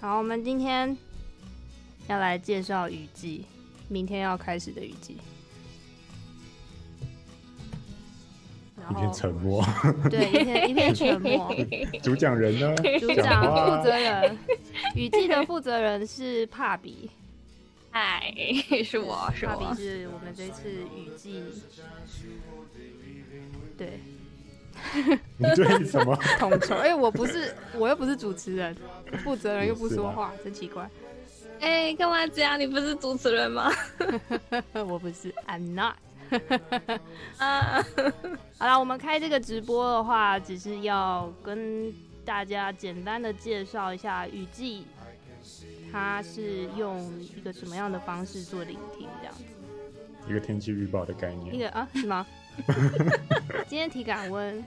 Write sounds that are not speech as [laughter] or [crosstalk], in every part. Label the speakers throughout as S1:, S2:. S1: 好，我们今天要来介绍雨季，明天要开始的雨季。然
S2: 一片
S1: 后，
S2: 沉默。
S1: 对，一片一片沉默。
S2: [laughs] 主讲人
S1: [laughs]
S2: 呢？
S1: 组
S2: 讲
S1: 长
S2: 话
S1: 负责人，雨季的负责人是帕比，
S3: 嗨，是我是
S1: 帕
S3: 我
S1: 比，是我啊们这次雨季，对，
S2: [laughs] 你对什么？
S1: 统筹。哎、我不是，我又不是主持人，负责人又不说话，真奇怪。 [laughs]
S3: 哎，干嘛这样？你不是主持人吗？
S1: 我不是，I'm not。
S3: 啊，
S1: 好啦，我们开这个直播的话，只是要跟大家简单的介绍一下雨季，它是用一个什么样的方式做聆听，这样子。
S2: 一个天气预报的概
S1: 一
S2: 念。
S1: 个啊，是吗？今天体感温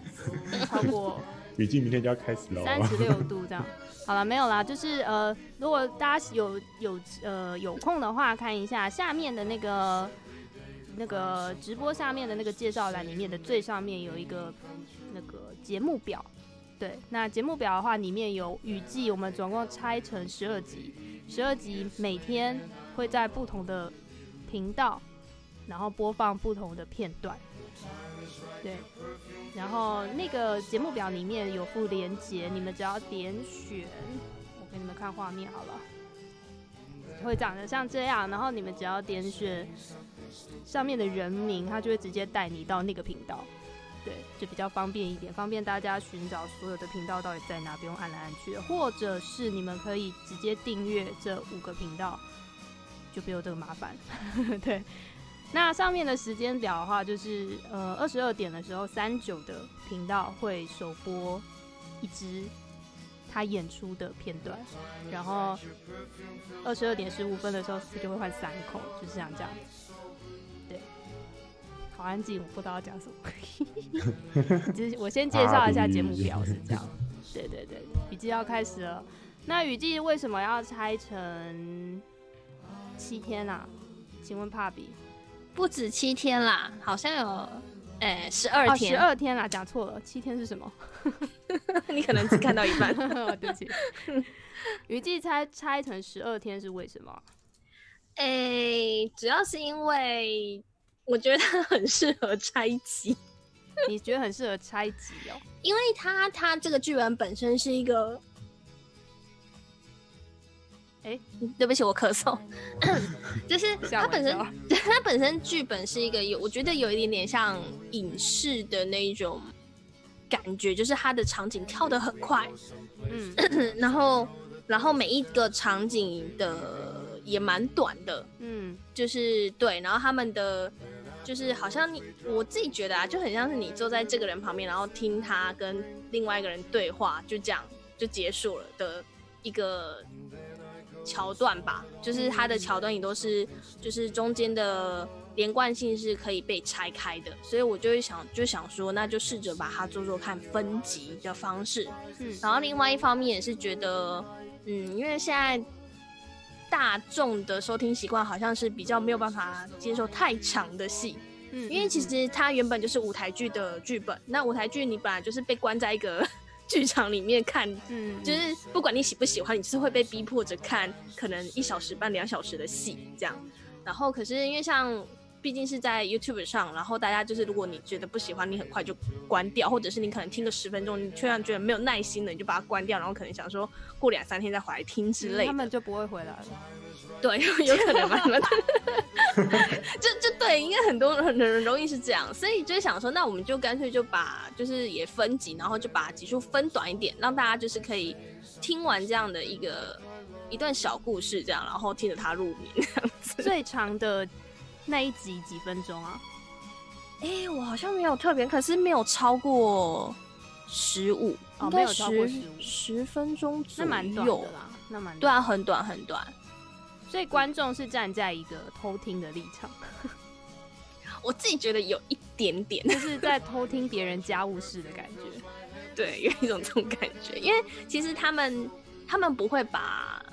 S1: 超过
S2: 雨季明天就要开始喽。哦
S1: 三十六度 [laughs] 这样。好了，没有啦，就是呃，如果大家有有呃有空的话，看一下下面的那个那个直播下面的那个介绍栏里面的最上面有一个那个节目表。对，那节目表的话，里面有雨季，我们总共拆成十二集，十二集每天会在不同的频道，然后播放不同的片段。对，然后那个节目表里面有附连结，你们只要点选，我给你们看画面好了，会长得像这样，然后你们只要点选上面的人名，它就会直接带你到那个频道，对，就比较方便一点，方便大家寻找所有的频道到底在哪，不用按来按去，或者是你们可以直接订阅这五个频道，就不用这个麻烦， [laughs] 对。那上面的时间表的话，就是呃二十二点的时候，三九的频道会首播一支他演出的片段，然后二十二点十五分的时候就会换三口，就是像这样子。对，好安静，我不知道要讲什么。 [laughs] 就是我先介绍一下节目表是这样。对对对，雨季要开始了。那雨季为什么要拆成七天啊？请问帕比？
S3: 不止七天啦，好像有哎十二 [laughs]
S1: 哦，十
S3: 天，
S1: 二天啦，讲错了，七天是什
S3: [laughs]
S1: 么？。
S3: 你可能只看到一半
S1: 对不起， [laughs] 雨季拆拆成十二天是为什么？
S3: [laughs] 哎，主要是因为我觉得它很适合拆集，
S1: 你觉得很适合拆集哦？
S3: 因为它它这个剧本本身是一个。
S1: 哎
S3: 对不起，我咳嗽， [laughs] 就是
S1: 嗯吓
S3: 它
S1: 我一
S3: 本身 [laughs]
S1: 跳。
S3: 它本身剧本是一个有，我觉得有一点点像影视的那一种感觉，就是它的场景跳得很快，
S1: 嗯，
S3: 然后然后每一个场景的也蛮短的，
S1: 嗯，
S3: 就是对，然后他们的就是好像你我自己觉得啊，就很像是你坐在这个人旁边，然后听他跟另外一个人对话，就这样就结束了的一个桥段吧。就是他的桥段也都是就是中间的连贯性是可以被拆开的，所以我就会想就想说，那就试着把它做做看分级的方式，
S1: 嗯
S3: 然后另外一方面也是觉得，嗯，因为现在大众的收听习惯好像是比较没有办法接受太长的戏，
S1: 嗯，
S3: 因为其实它原本就是舞台剧的剧本，那舞台剧你本来就是被关在一个 [laughs] 剧场里面看，
S1: 嗯，
S3: 就是不管你喜不喜欢，你就是会被逼迫着看，可能一小时半两小时的戏这样。然后可是因为像。毕竟是在 YouTube 上，然后大家就是，如果你觉得不喜欢，你很快就关掉，或者是你可能听个十分钟，你突然觉得没有耐心了，你就把它关掉，然后可能想说过两三天再回来听之类
S1: 他
S3: 的。
S1: 们就不会回来了。
S3: [laughs] 对，有可能吧，你们啊 [laughs] 就就对，应该很多人很很容易是这样，所以就想说，那我们就干脆就把就是也分级，然后就把集数分短一点，让大家就是可以听完这样的一个一段小故事，这样，然后听着它入眠 [laughs] 这样子。
S1: 最长的那一集几分钟啊？
S3: 哎、我好像没有特别，可是没有超过十五、
S1: 哦
S3: 应
S1: 没
S3: 该
S1: 有超过
S3: 十
S1: 15
S3: 十分钟左
S1: 那
S3: 右，
S1: 蛮短的啦，那蛮
S3: 对
S1: 短。
S3: 啊，很短很短。
S1: 所以观众是站在一个偷听的立场，
S3: 我自己觉得有一点点，
S1: 就是在偷听别人家务事的感觉。
S3: 对，有一种这种感觉，因为其实他们他们不会把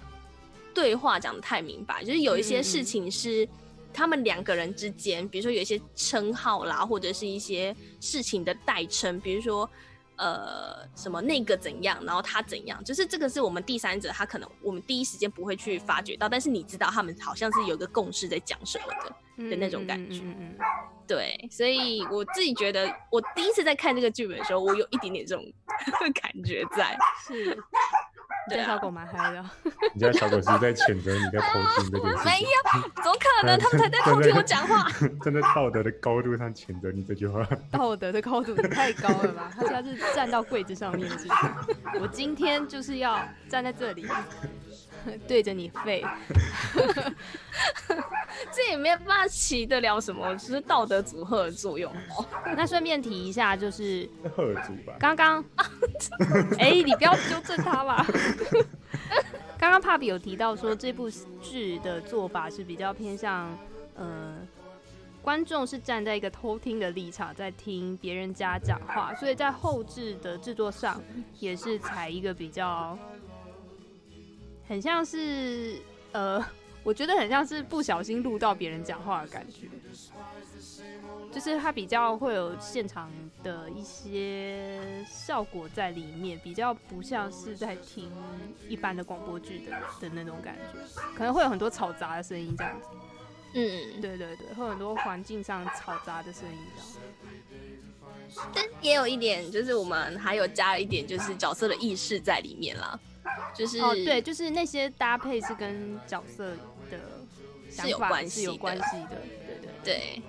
S3: 对话讲的太明白，就是有一些事情是他们两个人之间，比如说有一些称号啦，或者是一些事情的代称，比如说呃什么那个怎样，然后他怎样，就是这个是我们第三者，他可能我们第一时间不会去发觉到，但是你知道他们好像是有一个共识在讲什么的。
S1: 嗯
S3: 的那种感觉
S1: 嗯嗯嗯嗯
S3: 对，所以我自己觉得，我第一次在看这个剧本的时候，我有一点点这种 [laughs] 感觉在。
S1: 是。你家
S3: 对啊
S1: 小狗蛮嗨的，
S2: [laughs] 你家小狗是在谴责你在偷听这
S1: [laughs]
S2: 件事
S3: [laughs]
S1: 哎
S3: 没
S2: 情，
S3: 有，怎么可能？他们才在偷听我讲话。
S2: [laughs] 站在道德的高度上谴责你这句话，
S1: 道德的高度也太高了吧？他现在是站到柜子上面去，我今天就是要站在这里， [laughs] 对着你吠。
S3: [laughs] 这也没办法起得了什么，只是道德组合的作用哦。
S1: 那顺便提一下，就是
S2: 是贺主吧？
S1: 刚刚，哎、你不要纠正他吧。 [laughs] 刚刚帕比有提到说，这部剧的做法是比较偏向，呃，观众是站在一个偷听的立场在听别人家讲话，所以在后置的制作上也是采一个比较，很像是，呃，我觉得很像是不小心录到别人讲话的感觉。就是它比较会有现场的一些效果在里面，比较不像是在听一般的广播剧的的那种感觉，可能会有很多嘈杂的声音这样子。
S3: 嗯，
S1: 对对对，会有很多环境上嘈杂的声音这样。
S3: 但也有一点，就是我们还有加了一点，就是角色的意识在里面啦。就是
S1: 哦，对，，就是那些搭配是跟角色的想
S3: 是有
S1: 法
S3: 关
S1: 是有
S3: 系的
S1: 关系的。对对
S3: 对，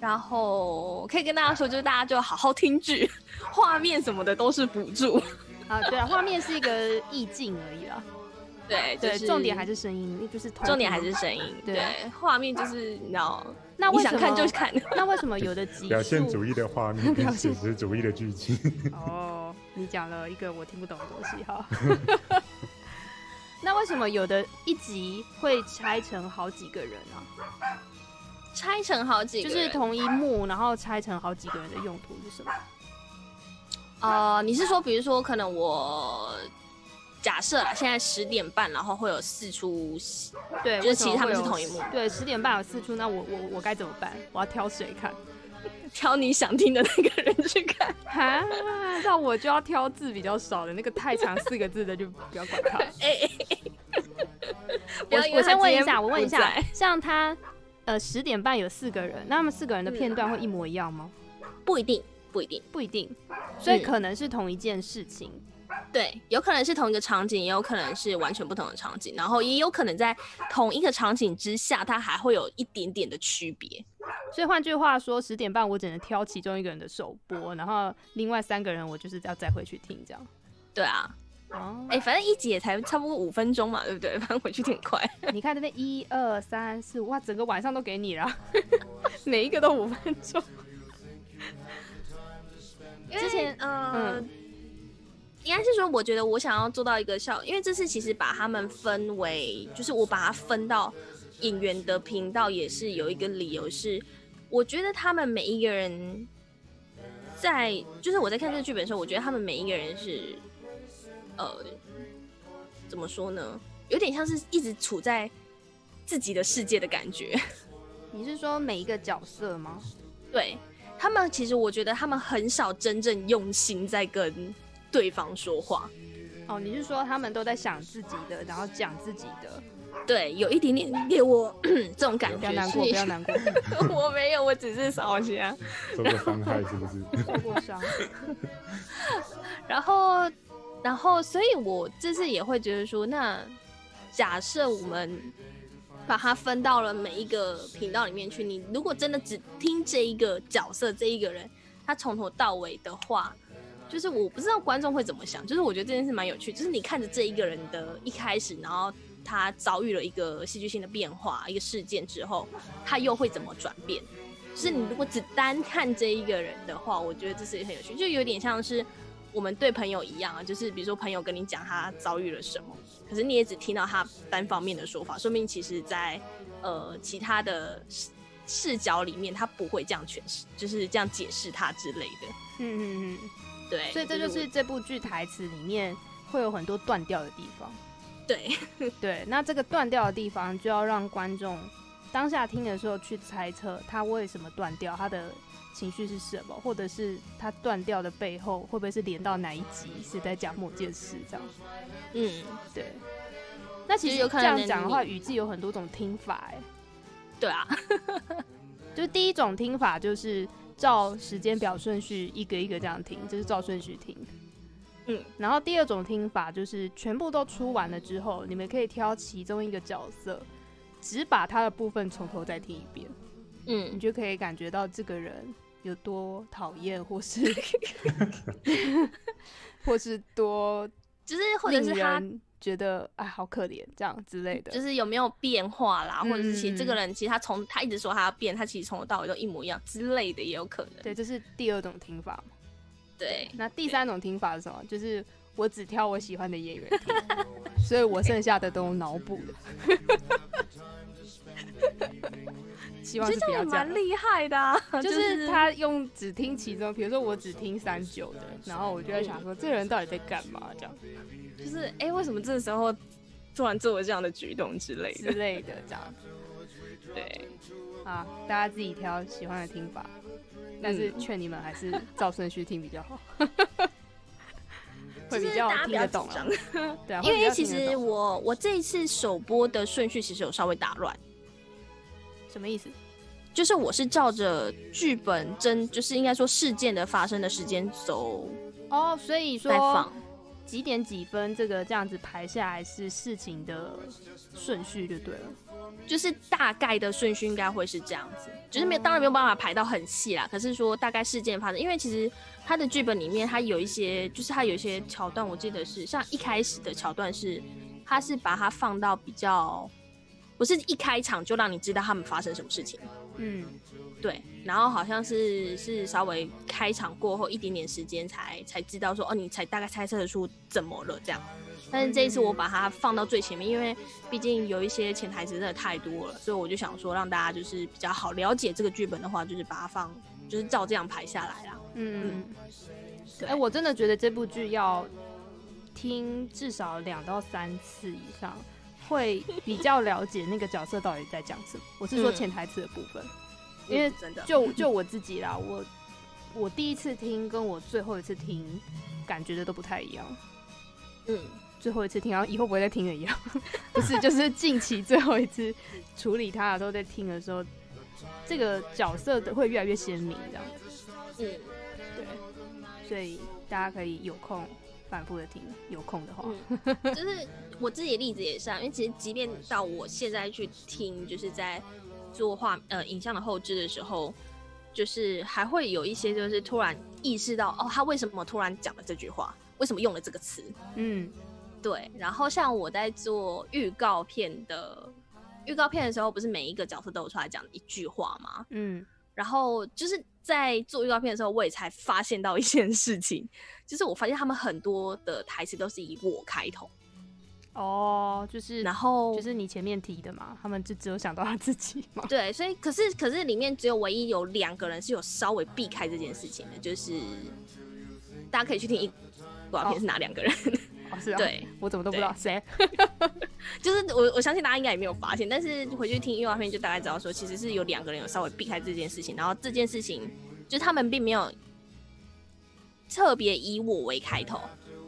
S3: 然后可以跟大家说，就是大家就好好听剧， [laughs] 画面什么的都是辅助。
S1: 对啊，对啊，画面是一个意境而已啦。
S3: 对，
S1: 对，
S3: [laughs] 就是
S1: 重点还是声音，就是偷听
S3: 重点还是声音，
S1: 对
S3: 对，画面就是你知道，
S1: 那
S3: 你
S1: 为什
S3: 想
S1: 么
S3: 看就看。
S1: 那为什么有的集数
S2: 表现主义的画面跟
S1: 表现
S2: 写实主义的剧情， [laughs]
S1: 哦，你讲了一个我听不懂的东西哈。那为什么有的一集会拆成好几个人啊？
S3: 拆成好几
S1: 就
S3: 个
S1: 是
S3: 人，
S1: 同一幕，然后拆成好几个人的用途是什么？
S3: 呃，你是说，比如说，可能我假设啦，现在十点半，然后会有四出戏，
S1: 对，
S3: 就是
S1: 为什么
S3: 其实他们是
S1: 会有
S3: 同一幕
S1: 对，十点半有四出，那我我我该怎么办？我要挑谁看？
S3: 挑你想听的那个人去看。
S1: 哈，那我就要挑字比较少的那个太长四个字的就不要管
S3: [laughs]
S1: 它。
S3: [laughs] 哎、哎哎不要因
S1: 我
S3: 为
S1: 我
S3: 他
S1: 先问
S3: 今
S1: 一
S3: 天
S1: 下，我问一
S3: 不
S1: 下
S3: 在，
S1: 像他呃十点半有四个人，那他们四个人的片段会一模一样吗？
S3: 不一定，不一定，
S1: 不一定，所以
S3: 嗯
S1: 可能是同一件事情。
S3: 对，有可能是同一个场景，也有可能是完全不同的场景，然后也有可能在同一个场景之下，它还会有一点点的区别。
S1: 所以换句话说，十点半我只能挑其中一个人的首播，然后另外三个人我就是要再回去听这样。
S3: 对啊，
S1: 哦，
S3: 哎、反正一集也才差不多五分钟嘛，对不对？ [laughs] 反正回去挺快。
S1: 你看这边一二三四，哇，整个晚上都给你了， [laughs] 每一个都五分钟。
S3: 因为
S1: 之前
S3: 呃，
S1: 嗯
S3: 应该是说，我觉得我想要做到一个效，因为这次其实把他们分为，就是我把它分到演员的频道，也是有一个理由是，我觉得他们每一个人在，就是我在看这个剧本的时候，我觉得他们每一个人是，呃，怎么说呢，有点像是一直处在自己的世界的感觉。
S1: 你是说每一个角色吗？
S3: 对他们，其实我觉得他们很少真正用心在跟对方说话。
S1: 哦，你是说他们都在想自己的，然后讲自己的？
S3: 对，有一点点给我 [coughs] 这种感
S1: 不
S3: 觉
S1: 要，难过，
S3: 所
S1: 不
S3: 以 [laughs]
S1: 要难过，
S3: 我没有，我只是扫一下。
S2: 受过伤害是
S1: [laughs]
S2: 不是？
S1: 受过伤。
S3: 然后，然后，所以我这次也会觉得说，那假设我们把它分到了每一个频道里面去，你如果真的只听这一个角色这一个人，他从头到尾的话，就是我不知道观众会怎么想，就是我觉得这件事蛮有趣，就是你看着这一个人的一开始，然后他遭遇了一个戏剧性的变化，一个事件之后，他又会怎么转变？就是你如果只单看这一个人的话，我觉得这是很有趣，就有点像是我们对朋友一样啊，就是比如说朋友跟你讲他遭遇了什么，可是你也只听到他单方面的说法，说明其实在呃其他的视视角里面，他不会这样诠释，就是这样解释他之类的。
S1: 嗯嗯嗯。
S3: 对，
S1: 所以这就
S3: 我
S1: 是这部剧台词里面会有很多断掉的地方。 [laughs]
S3: 对，
S1: 对，那这个断掉的地方就要让观众当下听的时候去猜测他为什么断掉，他的情绪是什么，或者是他断掉的背后会不会是连到哪一集是在讲某件事这样？
S3: 嗯，
S1: 对。那其实
S3: 就是有可
S1: 这
S3: 能
S1: 样讲的话，
S3: 你
S1: 语句有很多种听法、哎，
S3: 对啊，
S1: 就第一种听法就是照时间表顺序一个一个这样听，就是照顺序听。
S3: 嗯，
S1: 然后第二种听法就是全部都出完了之后，你们可以挑其中一个角色，只把他的部分从头再听一遍，你
S3: 嗯，
S1: 就可以感觉到这个人有多讨厌，或是或是多
S3: 就是或者
S1: 令
S3: 是他
S1: 人觉得哎好可怜这样之类的。
S3: 就是有没有变化啦，
S1: 嗯
S3: 或者是其实这个
S1: 嗯
S3: 人其实他从他一直说他要变，他其实从头到尾都一模一样之类的也有可能。
S1: 对，这是第二种听法。
S3: 对，
S1: 那第三种听法是什么？就是我只挑我喜欢的演员听， [laughs] 所以我剩下的都脑补 [laughs] 了。希望
S3: 其
S1: 是
S3: 实这
S1: 不
S3: 样
S1: 要
S3: 也
S1: 这样
S3: 蛮。厉害的、啊，就
S1: 就是他用只听其中，比如说我只听三九的，然后我就在想说，这个人到底在干嘛这样
S3: [laughs] 就是哎、为什么这时候突然做了这样的举动之类
S1: 之
S3: 的？
S1: 类的这样
S3: 对，
S1: 啊，大家自己挑喜欢的听法，但是
S3: 嗯
S1: 劝你们还是照顺序听比较 [laughs] 好，会
S3: 就是
S1: 比较
S3: 大
S1: 听
S3: 家
S1: 得
S3: 不要
S1: 懂
S3: 紧
S1: 啊
S3: 张。
S1: 对啊，会
S3: 因
S1: 比较
S3: 为其
S1: 听得
S3: 实
S1: 懂
S3: 我我这一次首播的顺序其实有稍微打乱，
S1: 什么意思？
S3: 就是我是照着剧本真，就是应该说事件的发生的时间轴
S1: 哦，所以
S3: 在
S1: 说
S3: 放。
S1: 几点几分这个这样子排下来是事情的顺序就对了。
S3: 就是大概的顺序应该会是这样子，就是没有当然没有办法排到很细啦。可是说大概事件发生，因为其实他的剧本里面，他有一些就是他有一些桥段，我记得是像一开始的桥段是，他是把它放到比较，不是一开场就让你知道他们发生什么事情，
S1: 嗯，
S3: 对。然后好像是是稍微开场过后一点点时间才才知道说哦，你才大概猜测得出怎么了这样。但是这一次我把它放到最前面，因为毕竟有一些潜台词真的太多了，所以我就想说让大家就是比较好了解这个剧本的话，就是把它放，就是照这样排下来啦。
S1: 嗯，哎、
S3: 对
S1: 我真的觉得这部剧要听至少两到三次以上，会比较了解那个角色到底在讲什么。我是说
S3: 嗯
S1: 潜台词的部分，因为
S3: 嗯真的
S1: 就就我自己啦，我我第一次听跟我最后一次听感觉的都不太一样。
S3: 嗯，
S1: 最后一次听，然后以后不会再听了一样。 [laughs] 不是，就是近期最后一次处理他的时候，在听的时候，这个角色的会越来越鲜明，这样子。
S3: 嗯
S1: 对，所以大家可以有空反复的听，有空的话，
S3: 嗯，就是我自己的例子也是啊，因为其实即便到我现在去听，就是在做画呃影像的后置的时候，就是还会有一些就是突然意识到哦，他为什么突然讲了这句话，为什么用了这个词，
S1: 嗯
S3: 对，然后像我在做预告片的预告片的时候，不是每一个角色都有出来讲一句话吗？
S1: 嗯
S3: 然后就是在做预告片的时候，我也才发现到一件事情，就是我发现他们很多的台词都是以我开头，
S1: 哦，就是
S3: 然后
S1: 就是你前面提的嘛，他们就只有想到他自己嘛。
S3: 对，所以可是可是里面只有唯一有两个人是有稍微避开这件事情的，就是大家可以去听一。预告片是哪两个人？
S1: [laughs]
S3: [laughs]
S1: 哦，是啊，
S3: 对，
S1: 我怎么都不知道谁。
S3: 就是我我相信大家应该也没有发现，但是回去听预告片就大概知道说，其实是有两个人有稍微避开这件事情，然后这件事情就是他们并没有特别以我为开头，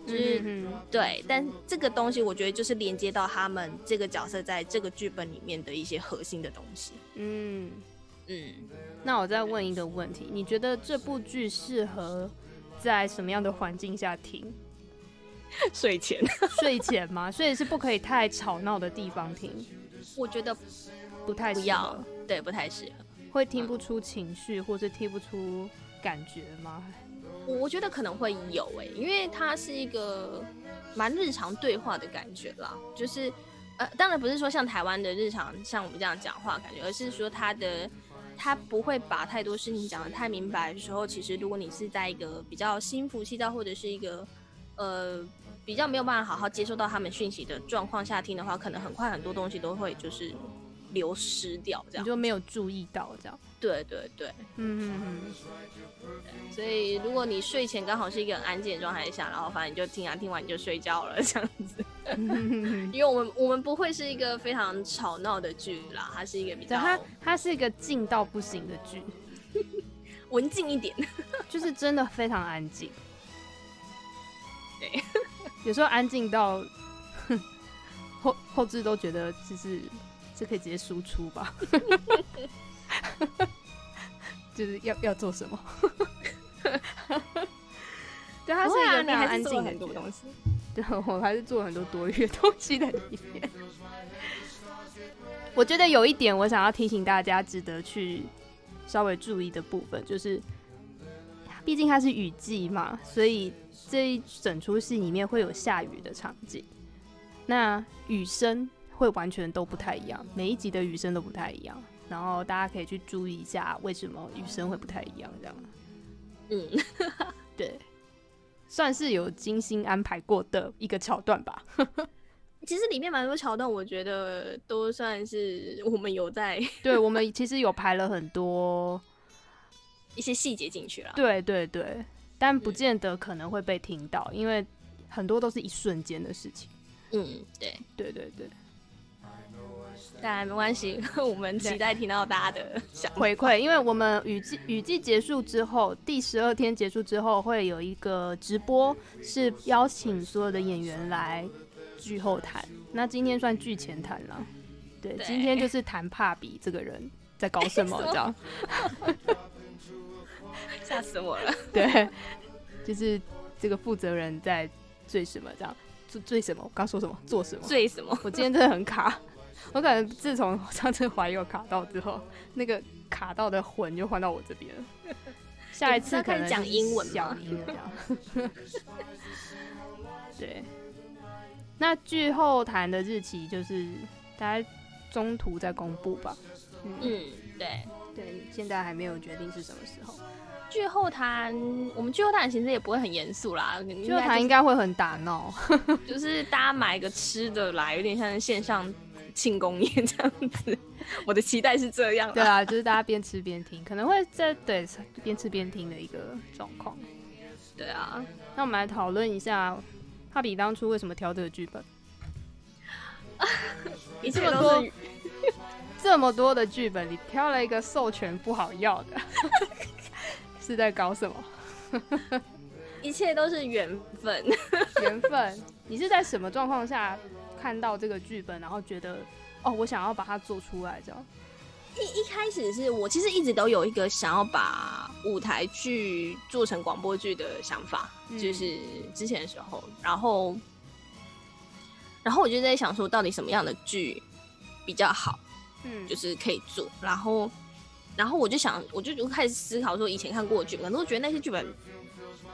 S3: 就是、
S1: 嗯嗯
S3: 对，但这个东西我觉得就是连接到他们这个角色在这个剧本里面的一些核心的东西，
S1: 嗯。
S3: 嗯，
S1: 那我再问一个问题，你觉得这部剧适合在什么样的环境下听？
S3: [laughs] 睡前
S1: 睡前吗？所以是不可以太吵闹的地方听，
S3: 我觉得
S1: 不太
S3: 不
S1: 适
S3: 要
S1: 合，，
S3: 对，不太适合。
S1: 会听不出情绪，或是听不出感觉吗？
S3: 我我觉得可能会有哎、因为它是一个蛮日常对话的感觉啦，就是呃，当然不是说像台湾的日常像我们这样讲话的感觉，而是说它的它不会把太多事情讲得太明白的时候，其实如果你是在一个比较心浮气躁或者是一个呃比较没有办法好好接收到他们讯息的状况下听的话，可能很快很多东西都会就是流失掉这
S1: 你
S3: 样。
S1: 就没有注意到这样。
S3: 对对对。
S1: 嗯嗯
S3: 所以如果你睡前刚好是一个很安静的状态下，然后反正你就听啊听完你就睡觉了这样子， [laughs]
S1: 嗯
S3: 因为我们我们不会是一个非常吵闹的剧啦，它是一个比
S1: 对，
S3: 较
S1: 它它是一个静到不行的剧，
S3: 文静一点。
S1: 就是真的非常安静。
S3: 对，
S1: [laughs] 有时候安静到 [laughs] 后后置都觉得就是这可以直接输出吧， [laughs] 就是要要做什么。 [laughs] 对，它是一个
S3: [laughs]
S1: 非
S3: 啊你
S1: 常
S3: 还
S1: 安
S3: 是做
S1: 静
S3: 了
S1: 的
S3: 很多
S1: 剧啊
S3: 东西。
S1: 对，我还是做了很多多余的东西在里面。我觉得有一点我想要提醒大家，值得去稍微注意的部分，就是毕竟它是雨季嘛，所以这一整出戏里面会有下雨的场景，那雨声会完全都不太一样，每一集的雨声都不太一样。然后大家可以去注意一下，为什么雨声会不太一样，这样
S3: 嗯，
S1: 对，算是有精心安排过的一个桥段吧。
S3: 其实里面蛮多桥段，我觉得都算是我们有在
S1: [laughs] 对，我们其实有排了很多，
S3: 一些细节进去了。
S1: 对对对，但不见得可能会被听到，因为很多都是一瞬间的事情。
S3: 嗯，对，
S1: 对对对，
S3: 但没关系， [laughs] 我们期待听到大家的想法。
S1: 回馈，因为我们雨季雨季结束之后，第十二天结束之后会有一个直播，是邀请所有的演员来剧后谈。那今天算剧前谈了，对，
S3: 对
S1: 今天就是谈帕比这个人在搞 [laughs] 什么
S3: 什么
S1: 这样。
S3: 吓死我了！
S1: [laughs] 对，就是这个负责人在醉什么这样，醉醉什么？我刚说什么？做什么？
S3: 醉什么？
S1: 我今天真的很卡，我感觉自从上次怀有卡到之后，那个卡到的魂就换到我这边了。下一次可能
S3: 你不是要开始讲英文吗
S1: 讲英文这样。 [laughs] 对，那剧后谈的日期就是大家中途再公布吧。嗯，
S3: 嗯，对。
S1: 对，现在还没有决定是什么时候。
S3: 剧后谈，我们剧后谈其实也不会很严肃啦，
S1: 剧后谈应该会很打闹。
S3: 该就是就是大家买个吃的来，有点像是线上庆功宴这样子。我的期待是这 [laughs] 样
S1: 对
S3: 啦，
S1: 啊，就是大家边吃边听，可能会在对边吃边听的一个状况。
S3: 对啊，
S1: 那我们来讨论一下，帕比当初为什么挑这个剧本？
S3: 一
S1: 这
S3: 切
S1: 么
S3: 都
S1: 多
S3: 是
S1: 这么多的剧本，你挑了一个授权不好要的， [laughs] 是在搞什么
S3: 一切都是缘分。
S1: 缘分？你是在什么状况下看到这个剧本，然后觉得哦，我想要把它做出来这样？
S3: 一开始是我其实一直都有一个想要把舞台剧做成广播剧的想法，
S1: 嗯
S3: 就是之前的时候，然后，然后我就在想说，到底什么样的剧比较好。
S1: 嗯
S3: 就是可以做。然后，然后我就想，我就我开始思考说，以前看过的剧本，可是我觉得那些剧本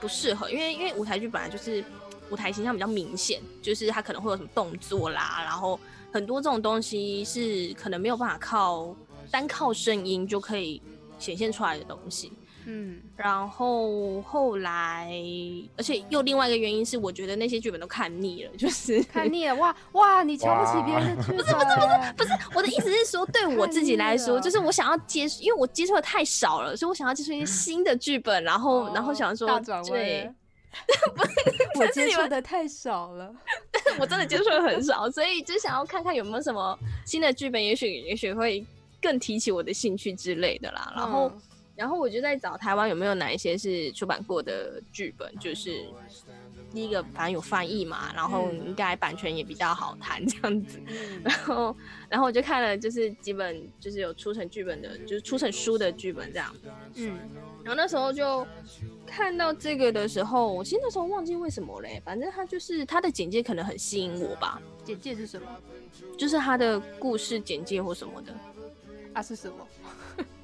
S3: 不适合，因为因为舞台剧本来就是舞台形象比较明显，就是它可能会有什么动作啦，然后很多这种东西是可能没有办法靠单靠声音就可以显现出来的东西。
S1: 嗯
S3: 然后后来，而且又另外一个原因是，我觉得那些剧本都看腻了，就是
S1: 看腻了哇哇，你瞧不起别人的剧本？不是不是不是，
S3: 不是我的意思是说，对我自己来
S1: [laughs] 太腻
S3: 说，
S1: 了
S3: 就是我想要接触，因为我接触的太少了，所以我想要接触一些新的剧本，然后、哦然后想说，
S1: 哦大转
S3: 对
S1: [laughs] 弯，。我
S3: 但是
S1: 接
S3: 你
S1: 触
S3: 们
S1: 的太少了。
S3: [laughs] 我真的接触的很
S1: [laughs]
S3: 少，所以就想要看看有没有什么新的剧本，也许也许会更提起我的兴趣之类的啦。然后、
S1: 嗯
S3: 然后我就在找台湾有没有哪一些是出版过的剧本，就是第一个反正有翻译嘛，然后
S1: 嗯
S3: 应该版权也比较好谈这样子。
S1: 嗯
S3: [laughs] 然后然后我就看了就是几本就是有出成剧本的，就是出成书的剧本这样。
S1: 嗯
S3: 然后那时候就看到这个的时候，我其实那时候忘记为什么嘞，反正它就是它的简介可能很吸引我吧，，
S1: 简介是什么
S3: 就是它的故事简介或什么的。
S1: 啊？是什么？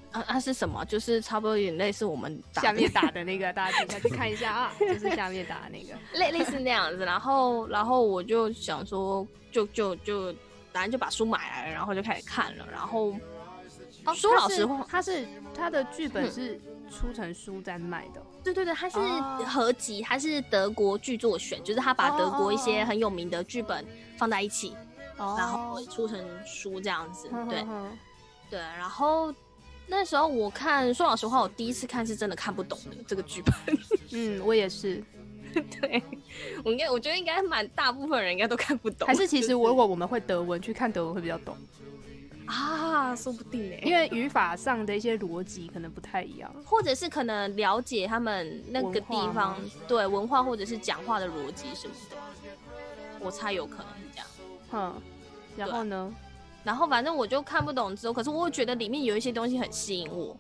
S3: 啊啊是什么？就是差不多有点类似我们打的
S1: 下面打的那个，大家请下去看一下
S3: [laughs]
S1: 啊，就是下面打的那个。
S3: 类类似那样子。然后然后我就想说，就就就反正就把书买来了，然后就开始看了。然后
S1: 哦
S3: 说老实话，
S1: 他是他的剧本
S3: 嗯
S1: 是出成书在卖的哦，
S3: 对对对，它是
S1: 哦
S3: 合集，它是德国剧作选，就是他把德国一
S1: 哦哦
S3: 些
S1: 哦
S3: 很有名的剧本放在一起，然后
S1: 哦
S3: 出成书这样子。对
S1: [laughs] 哼哼
S3: 对，然后那时候我看，说老实话，我第一次看是真的看不懂的这个剧本， [laughs]
S1: 嗯，我也是，
S3: 对，我应该我觉得应该蛮大部分人应该都看不懂。
S1: 还是其
S3: 就
S1: 实如果我们会德文，去看德文会比较懂，
S3: [laughs] 啊，说不定哎、
S1: 因为语法上的一些逻辑可能不太一样。
S3: 或者是可能了解他们那个
S1: 文
S3: 地
S1: 化吗
S3: 方对文化或者是讲话的逻辑什么的，我猜有可能是这样。
S1: 哼，然后呢？
S3: 然后反正我就看不懂之后，可是我又觉得里面有一些东西很吸引我，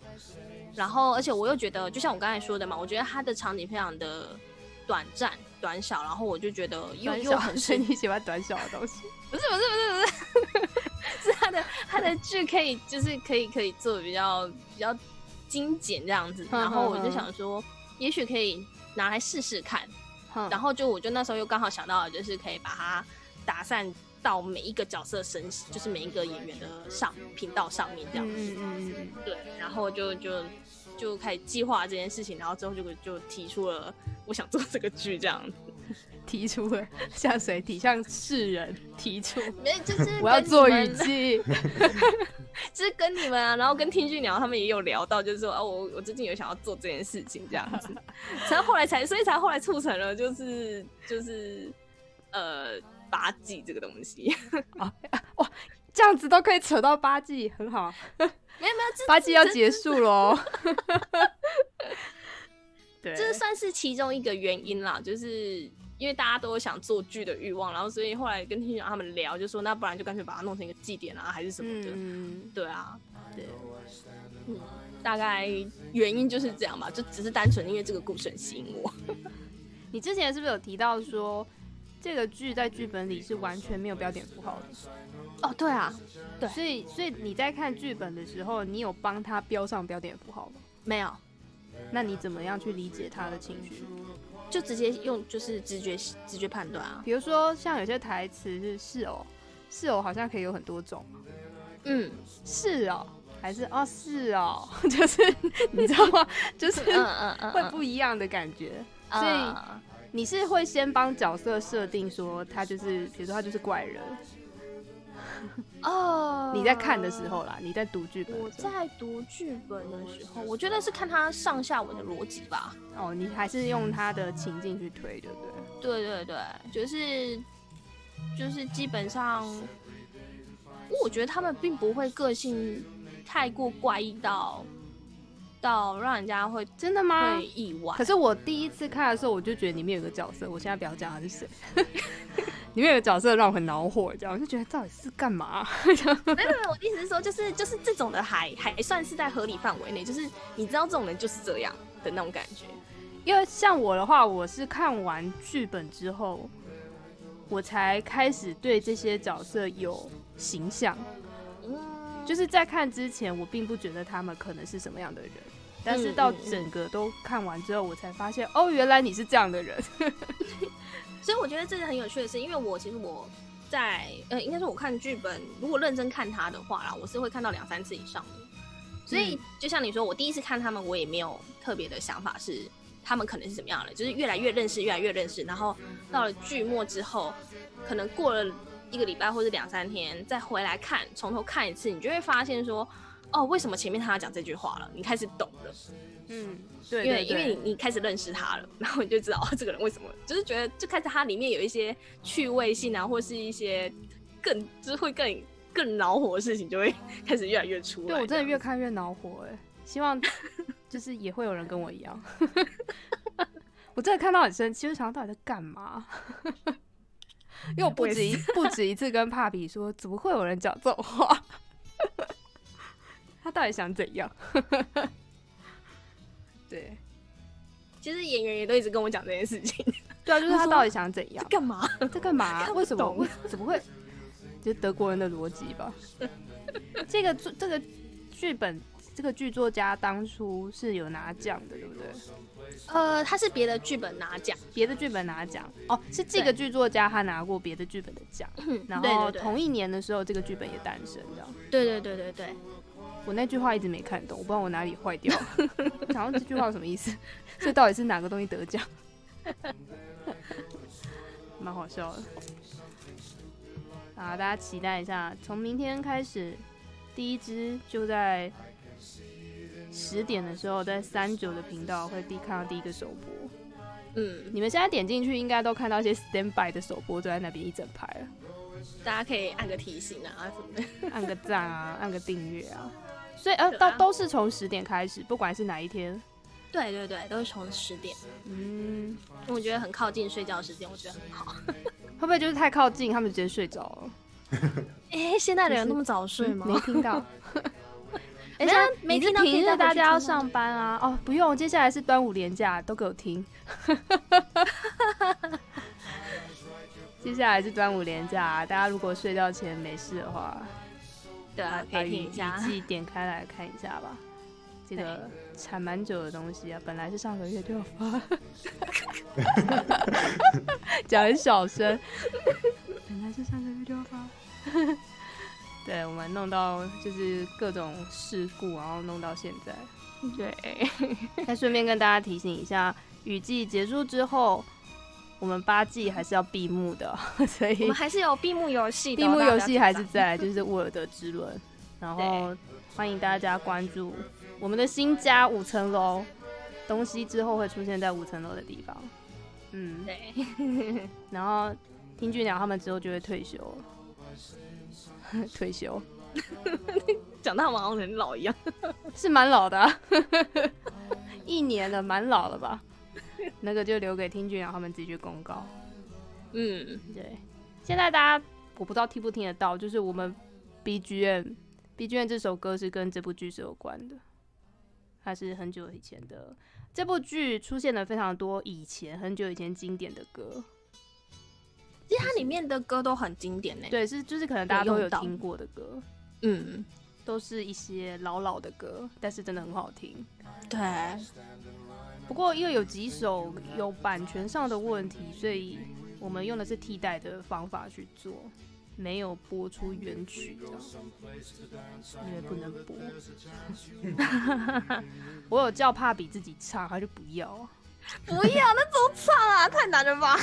S3: 然后而且我又觉得，就像我刚才说的嘛，我觉得它的场景非常的短暂、短小，然后我就觉得又
S1: 短
S3: 又
S1: 小，
S3: 很 [laughs]
S1: 所以
S3: 深，
S1: 你喜欢短小的
S3: [laughs]
S1: 东西。
S3: 不是不是不是不是，是它的它的剧可以就是可以可以做得比较比较精简这样子，
S1: [laughs] 嗯
S3: 然后
S1: 嗯
S3: 我就
S1: 嗯
S3: 想说，也许可以拿来试试看，
S1: 哼，
S3: 然后就我就那时候又刚好想到，就是可以把它打散到每一个角色身，就是每一个演员的上频道上面这样
S1: 嗯
S3: 子。
S1: 嗯嗯嗯嗯，
S3: 对，然后就就就开始计划这件事情，然后之后就就提出了我想做这个剧这样子。
S1: 提出了向谁提？向世人提
S3: [laughs]
S1: 出，
S3: 没，
S1: [laughs]
S3: 就是
S1: 我要做
S3: 语
S1: 雨，季。
S3: 就是跟你们啊，然后跟听剧鸟他们也有聊到，就是说啊，我我最近有想要做这件事情这样
S1: [laughs]
S3: 子，然后后来才，所以才后来促成了，就是就是呃八季这个东西。
S1: 这样子都可以扯到八季，很 [laughs] 好。
S3: [laughs] 没有没有，这
S1: 八季要结束喽。对，
S3: 这算是其中一个原因啦，就是因为大家都有想做剧的欲望，然后所以后来跟听长他们聊，就说那不然就干脆把它弄成一个祭典啊，还是什么的。
S1: 嗯，
S3: 对啊，对，嗯，大概原因就是这样吧，就只是单纯因为这个故事很吸引我。
S1: 你之前是不是有提到说这个剧在剧本里是完全没有标点符号的？
S3: 哦，对啊，对
S1: 所以所以你在看剧本的时候，你有帮他标上标点符号吗？
S3: 没有，
S1: 那你怎么样去理解他的情绪？
S3: 就直接用就是直觉直觉判断啊。
S1: 比如说像有些台词是“是哦”，“是哦”好像可以有很多种，“
S3: 嗯
S1: 是哦”还是“哦是哦”， [laughs] 就是你知道吗？就是
S3: 嗯嗯嗯，
S1: 会不一样的感觉。
S3: 嗯
S1: 所以
S3: 嗯
S1: 你是会先帮角色设定说他就是，比如说他就是怪人。
S3: 哦，
S1: 你在看的时候啦，你在读剧本
S3: 我
S1: 的时候，
S3: 在读剧本的时候，我觉得是看它上下文的逻辑吧。
S1: 哦，你还是用他的情境去推，对不对？
S3: 对对对，就是就是基本上，我觉得他们并不会个性太过怪异到到让人家会
S1: 真的吗
S3: 会？意外 [laughs]
S1: 可。是我第一次看的时候，我就觉得里面有个角色，我现在不要讲他是 [laughs] 谁，里面有个角色让我很恼火，这样我就觉得到底是干嘛？
S3: 没有没有，我的意思是说，就是就是这种的还还算是在合理范围内，就是你知道这种人就是这样的那种感觉。
S1: 因为像我的话，我是看完剧本之后，我才开始对这些角色有形象。
S3: 嗯，
S1: 就是在看之前，我并不觉得他们可能是什么样的人，但
S3: 嗯
S1: 是到整个都看完之后，我才发现，哦，原来你是这样的人。
S3: 所以我觉得这是很有趣的事，因为我其实我在呃，应该说我看剧本，如果认真看它的话啦，我是会看到两三次以上的。所以、
S1: 嗯
S3: 就像你说，我第一次看他们，我也没有特别的想法是他们可能是怎么样的，就是越来越认识，越来越认识。然后到了剧末之后，可能过了一个礼拜或者两三天，再回来看，从头看一次，你就会发现说，哦，为什么前面他要讲这句话了？你开始懂了。
S1: 嗯，对
S3: 因为
S1: 对
S3: 因
S1: 对，
S3: 为你你开始认识他了，然后你就知道哦，这个人为什么就是觉得就开始他里面有一些趣味性啊，或是一些更就是会更更恼火的事情，就会 [laughs] 开始越来越出来。
S1: 对我真的
S3: 这
S1: 越
S3: 样
S1: 看越恼火哎、希
S3: [laughs]
S1: 望就是也会有人跟我一样。我真的看到很生气，就想到底在干嘛？因为我不
S3: 我也
S1: 止一不止一次跟帕比说，怎么会有人讲这种话？ [laughs] 他到底想怎样？ [laughs] 对
S3: 其实演员也都一直跟我讲这件事情，
S1: 对啊，就是
S3: 我
S1: 他
S3: 说
S1: 到底想怎样？
S3: 干嘛？
S1: 在 [laughs] 干嘛、
S3: 看不
S1: 为什么？
S3: 懂
S1: 为怎么会？就德国人的逻辑
S3: [laughs]
S1: 吧。这个作这个剧本，这个剧作家当初是有拿奖的，对不对？
S3: [laughs] 呃，他是别的剧本拿奖，
S1: 别的剧本拿奖哦，是这个剧作家他拿过别的剧本的奖，嗯然后
S3: 对对
S1: 同一年的时候，这个剧本也诞生。这样，
S3: 对对对对对，
S1: 我那句话一直没看懂，我不知道我哪里坏掉了。我想到这句话有什么意思？这到底是哪个东西得奖？ [laughs] 蛮好笑的。啊，大家期待一下，从明天开始，第一支就在十点的时候，在三九的频道会第看到第一个首播。
S3: 嗯，
S1: 你们现在点进去应该都看到一些 standby 的首播就在那边一整排了，
S3: 大家可以按个提醒啊什么的。 [laughs]
S1: 按个赞啊，按个订阅啊。所以呃，
S3: 对
S1: 都
S3: 啊
S1: 都是从十点开始，不管是哪一天。
S3: 对对对，都是从十点，
S1: 嗯，
S3: 我觉得很靠近睡觉时间，我觉得很好。
S1: 会不会就是太靠近，他们直接睡着了？
S3: 哎、现在的人那么早睡吗？
S1: 没听
S3: [laughs]
S1: 到。
S3: 没
S1: 现在
S3: 啊没
S1: 你是
S3: 听到可以
S1: 平
S3: 再
S1: 日
S3: 回
S1: 大
S3: 去
S1: 家要
S3: 听啊
S1: 上班啊？哦，不用，接下来是端午连假，都给我听。 [laughs] 接下来是端午连假、啊大家如果睡觉前没事的话，
S3: 对啊，可
S1: 把
S3: 以
S1: 雨
S3: 听一下
S1: 雨。
S3: [laughs]
S1: 季点开来看一下吧。这个产蛮久的东西啊，本来是上个月就有发， [laughs] 讲很小声，本来是上个月就要发。 [laughs] 对，我们弄到就是各种事故，然后弄到现在。
S3: 对，
S1: 再顺便跟大家提醒一下，雨季结束之后，我们八季还是要闭幕的， [laughs] 所
S3: 我
S1: 以
S3: 们还是有闭幕游戏的
S1: 闭
S3: 哦，
S1: 幕
S3: 大
S1: 游
S3: 家不要
S1: 戏
S3: 紧
S1: 还
S3: [laughs]
S1: 是
S3: 张
S1: 在，就是沃尔德之轮。然后欢迎大家关注我们的新家五层楼，东西之后会出现在五层楼的地方。嗯，
S3: 对， [laughs]
S1: 然后听俊鸟他们之后就会退休了， [laughs] 退休
S3: 讲到好像很老一样。
S1: 是蛮老的啊、 [laughs] 一年了，蛮老了吧？那个就留给听俊鸟他们自己去公告。
S3: 嗯，
S1: 对，现在大家我不知道听不听得到，就是我们 BGM BGM 这首歌是跟这部剧是有关的，它是很久以前的。这部剧出现了非常多以前很久以前经典的歌，
S3: 其实它里面的歌都很经典欸呢。，
S1: 对，是就是可能大家
S3: 有
S1: 都
S3: 用
S1: 有
S3: 到
S1: 听过的歌，
S3: 嗯，
S1: 都是一些老老的歌，但是真的很好听。
S3: 对，
S1: 不过因为有几首有版权上的问题，所以我们用的是替代的方法去做，没有播出原曲这样，因为不能播。 [laughs] 我有叫帕比自己唱，他就不要啊。
S3: 不要那种唱啊，太难了吧？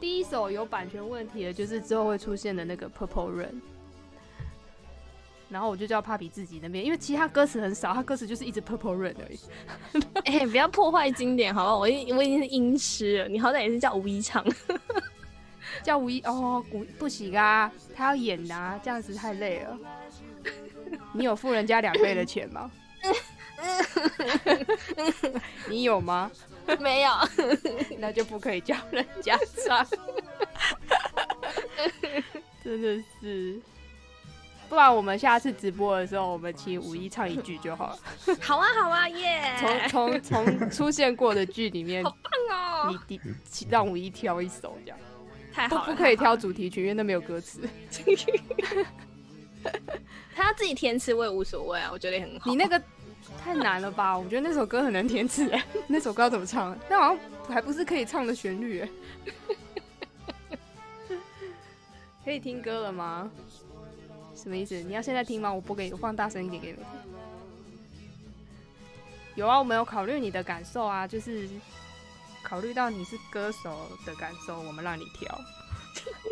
S1: 第一首有版权问题的就是之后会出现的那个 Purple Rain。然后我就叫帕比自己那边，因为其他歌词很少，他歌词就是一直 Purple Rain 而已。
S3: [laughs] 哎、不要破坏经典，好不好？我已我已经是音痴了，你好歹也是叫吴一唱。
S1: 叫吴一哦，不不行啊，他要演啊，这样子太累
S3: [laughs]
S1: 了。你有付人家两倍的钱吗？你有吗？
S3: [laughs] 没有， [laughs]
S1: 那就不可以叫人家唱。真的是，不然我们下次直播的时候，我们请五一唱一句就好了。
S3: 好啊，好啊，耶！
S1: 从从从出现过的剧里面，
S3: [laughs] 好棒哦，
S1: 你你让五一挑一首这样。
S3: 太
S1: 不
S3: 好了，
S1: 不可以
S3: 太好
S1: 挑主题曲，因为那没有歌词。
S3: 了，他自己填词我也无所谓啊，我觉得也很好。
S1: 你那个太难了吧？我觉得那首歌很难填词，哎那首歌要怎么唱？那好像还不是可以唱的旋律，哎可以听歌了吗？什么意思？你要现在听吗？我播给你，我放大声一点给你们听。有啊，我们有考虑你的感受啊，就是考虑到你是歌手的感受，我们让你挑。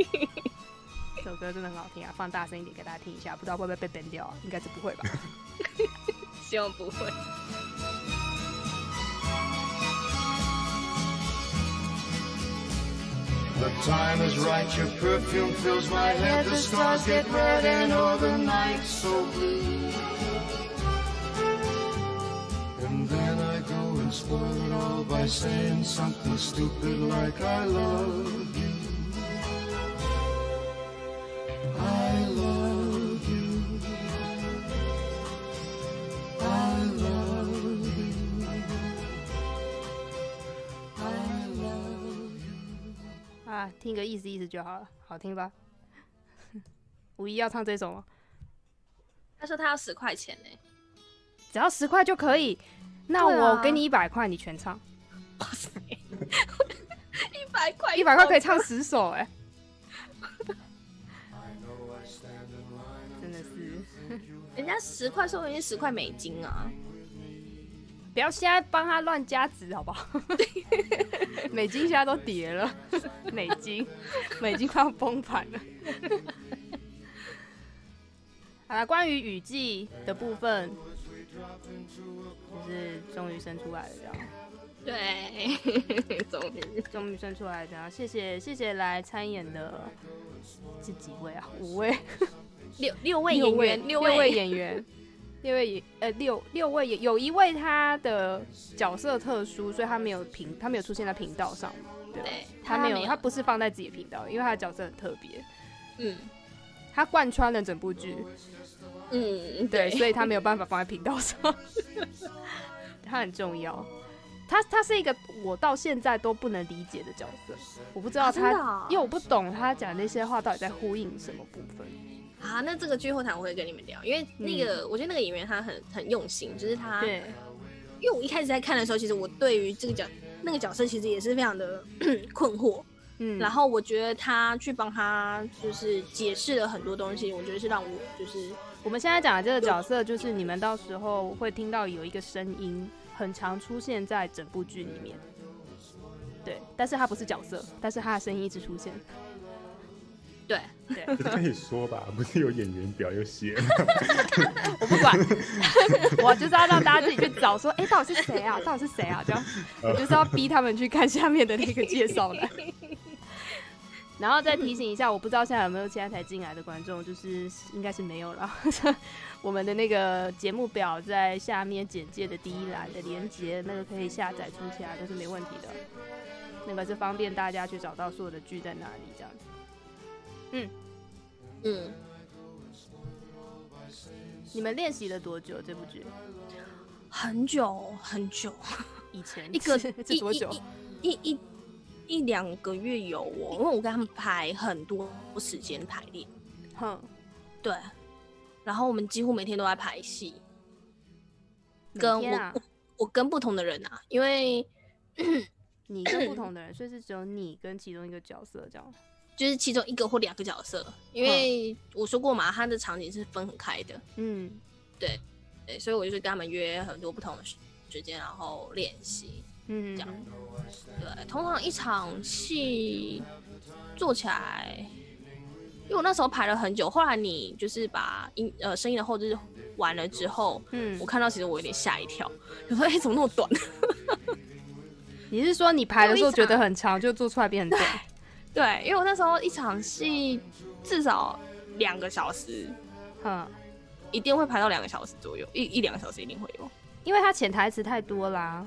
S1: [laughs] 这首歌真的很好听啊，放大声一点给大家听一下，不知道会不会被 ban 掉、啊？应该是不会吧。
S3: 希望不会。
S4: The time is right, your perfume fills my head, the stars get red and all the night so blue. And then I go and spoil it all by saying something stupid like I love you. I love you. I love you. I love you.
S1: 啊，听个意思意思就好了，好听吧？ [laughs] 五一要唱这首吗？
S3: 他说他要十块钱呢、欸
S1: 只要十块就可以，那
S3: 对啊
S1: 我给你一百块，你全唱，
S3: 哇塞，一百块，
S1: 一百块可
S3: 以，
S1: 以唱十首、哎， [laughs] 真的是，
S3: 人家十块说不定十块美金啊。
S1: 不要现在帮他乱加值好不好？美金现在都跌了，美金，美金快要崩盘了。 [laughs] 好了，关于雨季的部分，我就是终于生出来了这样。
S3: 对， [laughs] 终于
S1: 终于生出来的啊！谢谢谢谢来参演的这几位啊，五位，
S3: 六六位
S1: 六
S3: 演
S1: 位
S3: 员，
S1: 六
S3: 位
S1: 位演
S3: [laughs]
S1: 员，六位演呃六六位演，有一位他的角色特殊，所以他没有频，他没有出现在频道上，对吧
S3: 对，
S1: 他没有，
S3: 有，
S1: 他不是放在自己的频道，因为他的角色很特别，
S3: 嗯
S1: 他贯穿了整部剧，
S3: 嗯，
S1: 对，
S3: 对，
S1: 所
S3: [laughs]
S1: 以他没有办法放在频道上， [laughs] 他很重要。他他是一个我到现在都不能理解的角色，我不知道
S3: 啊
S1: 他
S3: 真的啊
S1: 因为我不懂他讲那些话到底在呼应什么部分。
S3: 啊，那这个剧后谈我会跟你们聊，因为那个、我觉得那个演员他很很用心，就是他，
S1: 嗯对，
S3: 因为我一开始在看的时候，其实我对于这个角那个角色其实也是非常的 [coughs] 困惑，
S1: 嗯，
S3: 然后我觉得他去帮他就是解释了很多东西，我觉得是让我就是
S1: 我们现在讲的这个角色，就是你们到时候会听到有一个声音，很常出现在整部剧里面。对，但是他不是角色，但是他的声音一直出现。
S3: 对，
S2: 可是可以说吧，不是有演员表
S1: [laughs]
S2: 有写吗，
S1: 我不 [laughs] 管，我就是要让大家自己去找说，哎、到底是谁啊？到底是谁啊？这样，我就是要逼他们去看下面的那个介绍栏。 [laughs] 然后再提醒一下，我不知道现在有没有现在才进来的观众，就是应该是没有了。 [laughs] 我们的那个节目表在下面简介的第一栏的连接，那个可以下载出起来，都是没问题的。那个是方便大家去找到所有的剧在哪里这样子。
S3: 嗯，
S1: 你们练习了多久这部剧？
S3: 很久很久，
S1: 以前
S3: [laughs] 一
S1: [laughs]
S3: 个
S1: 是多久？
S3: 一一一一一两个月有哦，因为我跟他们排很多时间排练，
S1: 哼，
S3: 对，然后我们几乎每天都在排戏，
S1: 每
S3: 跟
S1: 天
S3: 我、
S1: 啊
S3: 我跟不同的人啊，因为
S1: 你跟不同的人，所以是只有你跟其中一个角色这样。
S3: 就是其中一个或两个角色，因为我说过嘛，他的场景是分很开的，
S1: 嗯，
S3: 对，所以我就是跟他们约很多不同的时时间，然后练习。
S1: 嗯，
S3: 这样对，通常一场戏做起来，因为我那时候排了很久，后来你就是把音呃声音的后置完了之后，
S1: 嗯
S3: 我，看到其实我有点吓一跳， [laughs] 我说哎、怎么那么短？ [laughs]
S1: 你是说你排的时候觉得很长，就做出来变很短？
S3: 对，因为我那时候一场戏至少两个小时，
S1: [laughs] 嗯，
S3: 一定会排到两个小时左右，一一两个小时一定会有。
S1: 因为它潜台词太多啦。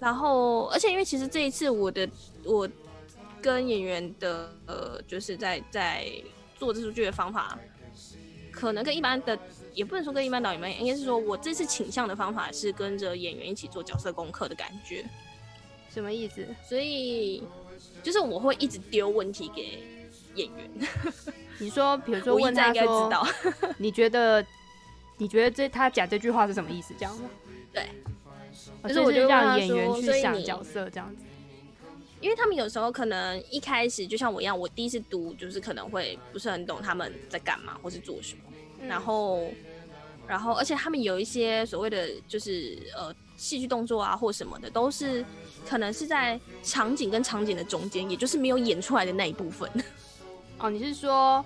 S3: 然后，而且因为其实这一次我的我跟演员的呃，就是在在做这出剧的方法，可能跟一般的也不能说跟一般导演们，应该是说我这次倾向的方法是跟着演员一起做角色功课的感觉，
S1: 什么意思？
S3: 所以就是我会一直丢问题给演 [laughs] 员，
S1: 你说，比如说
S3: 我
S1: 问
S3: 一在
S1: 他
S3: 应该知
S1: 说，
S3: 道， [laughs]
S1: 你觉得，你觉得这他讲这句话是什么意思？这样吗？
S3: 对
S1: 哦，
S3: 就是
S1: 所以
S3: 我
S1: 是
S3: 就问
S1: 让
S3: 他
S1: 演员
S3: 说
S1: 去
S3: 所以
S1: 想
S3: 你
S1: 角色这样子。
S3: 因为他们有时候可能一开始就像我一样，我第一次读就是可能会不是很懂他们在干嘛或是做什么。
S1: 嗯
S3: 然后，然后，而且他们有一些所谓的就是呃戏剧动作啊或什么的，都是可能是在场景跟场景的中间，也就是没有演出来的那一部分， [laughs]
S1: 哦，你是说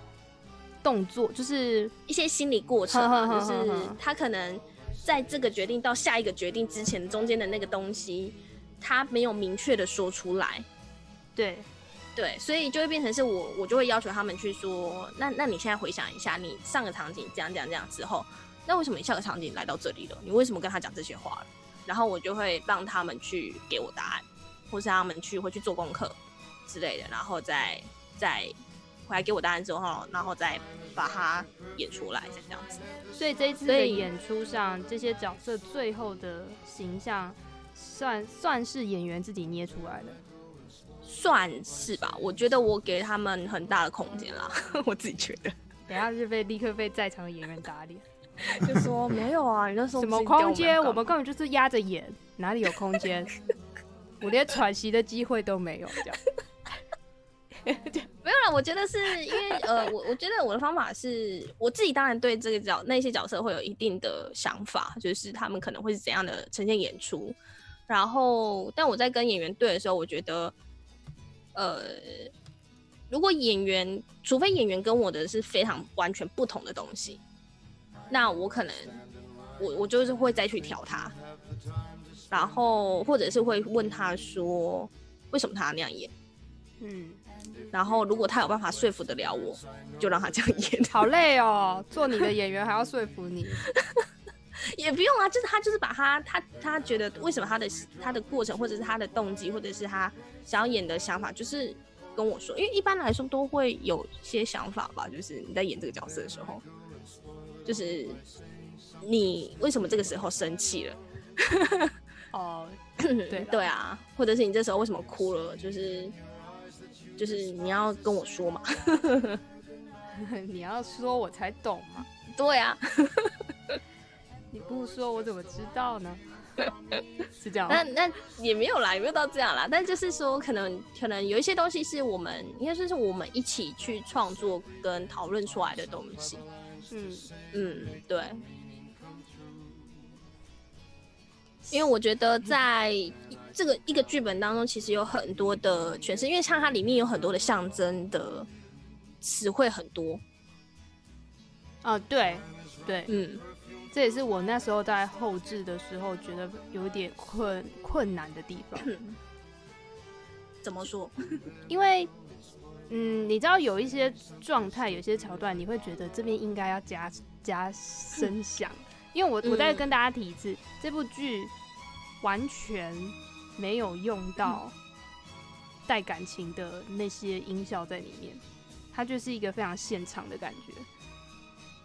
S1: 动作，就是
S3: 一些心理过程啊，
S1: 哼哼
S3: 就
S1: 哼
S3: 是
S1: 哼
S3: 他可能在这个决定到下一个决定之前中间的那个东西，他没有明确的说出来，
S1: 对，
S3: 对，所以就会变成是我，我就会要求他们去说，那那你现在回想一下，你上个场景这样这样这样之后，那为什么你下个场景来到这里了？你为什么跟他讲这些话了？然后我就会让他们去给我答案，或是让他们去会去做功课之类的，然后再再回来给我答案之后，然后再把它演出来，这样子。
S1: 所以这一次
S3: 所
S1: 的
S3: 以
S1: 演出上，这些角色最后的形象算算是演员自己捏出来的。
S3: 算是吧，我觉得我给他们很大的空间啦， [laughs] 我自己觉得。
S1: 等一下就被立刻被在场的演员打脸，
S3: 就说没有啊，你那时
S1: [laughs]
S3: 候
S1: 什么空间？我们根本就是压着演，哪里有空 [laughs] 间？我连喘息的机会都没有，这样。
S3: 没有啦，我觉得是因为呃，我我觉得我的方法是我自己当然对这个角那些角色会有一定的想法，就是他们可能会是怎样的呈现演出。然后，但我在跟演员对的时候，我觉得，呃，如果演员，除非演员跟我的是非常完全不同的东西，那我可能我我就是会再去调他。然后或者是会问他说为什么他那样演，
S1: 嗯，
S3: 然后如果他有办法说服得了我，就让他这样演， [laughs]
S1: 好累哦，做你的演员还要说服你，
S3: 也不用啊，就是他就是把他他他觉得为什么他的他的过程或者是他的动机或者是他想要演的想法，就是跟我说，因为一般来说都会有些想法吧，就是你在演这个角色的时候，就是你为什么这个时候生气了。 [clears throat]
S1: 哦， [laughs] 对
S3: 对
S1: 啦
S3: 对啊，或者是你这时候为什么哭了？就是就是你要跟我说嘛。 [laughs]
S1: 你要说我才懂嘛，
S3: 对啊，
S1: 你不说我怎么知道 [laughs] 呢？是这样吗，
S3: 那那也没有啦，也没有到这样啦。但就是说，可能可能有一些东西是我们应该说是我们一起去创作跟讨论出来的东西。
S1: 嗯，
S3: 嗯，对。因为我觉得在这个一个剧本当中，其实有很多的诠释，因为像它里面有很多的象征的词汇很多，
S1: 啊，对，对，
S3: 嗯，
S1: 这也是我那时候在后置的时候觉得有点困困难的地方，
S3: 怎么说？
S1: [coughs] 因为，嗯，你知道有一些状态，有些桥段，你会觉得这边应该要加加声 [coughs] 响，因为我我再
S3: 嗯
S1: 跟大家提一次，这部剧完全没有用到带感情的那些音效在里面，它就是一个非常现场的感觉。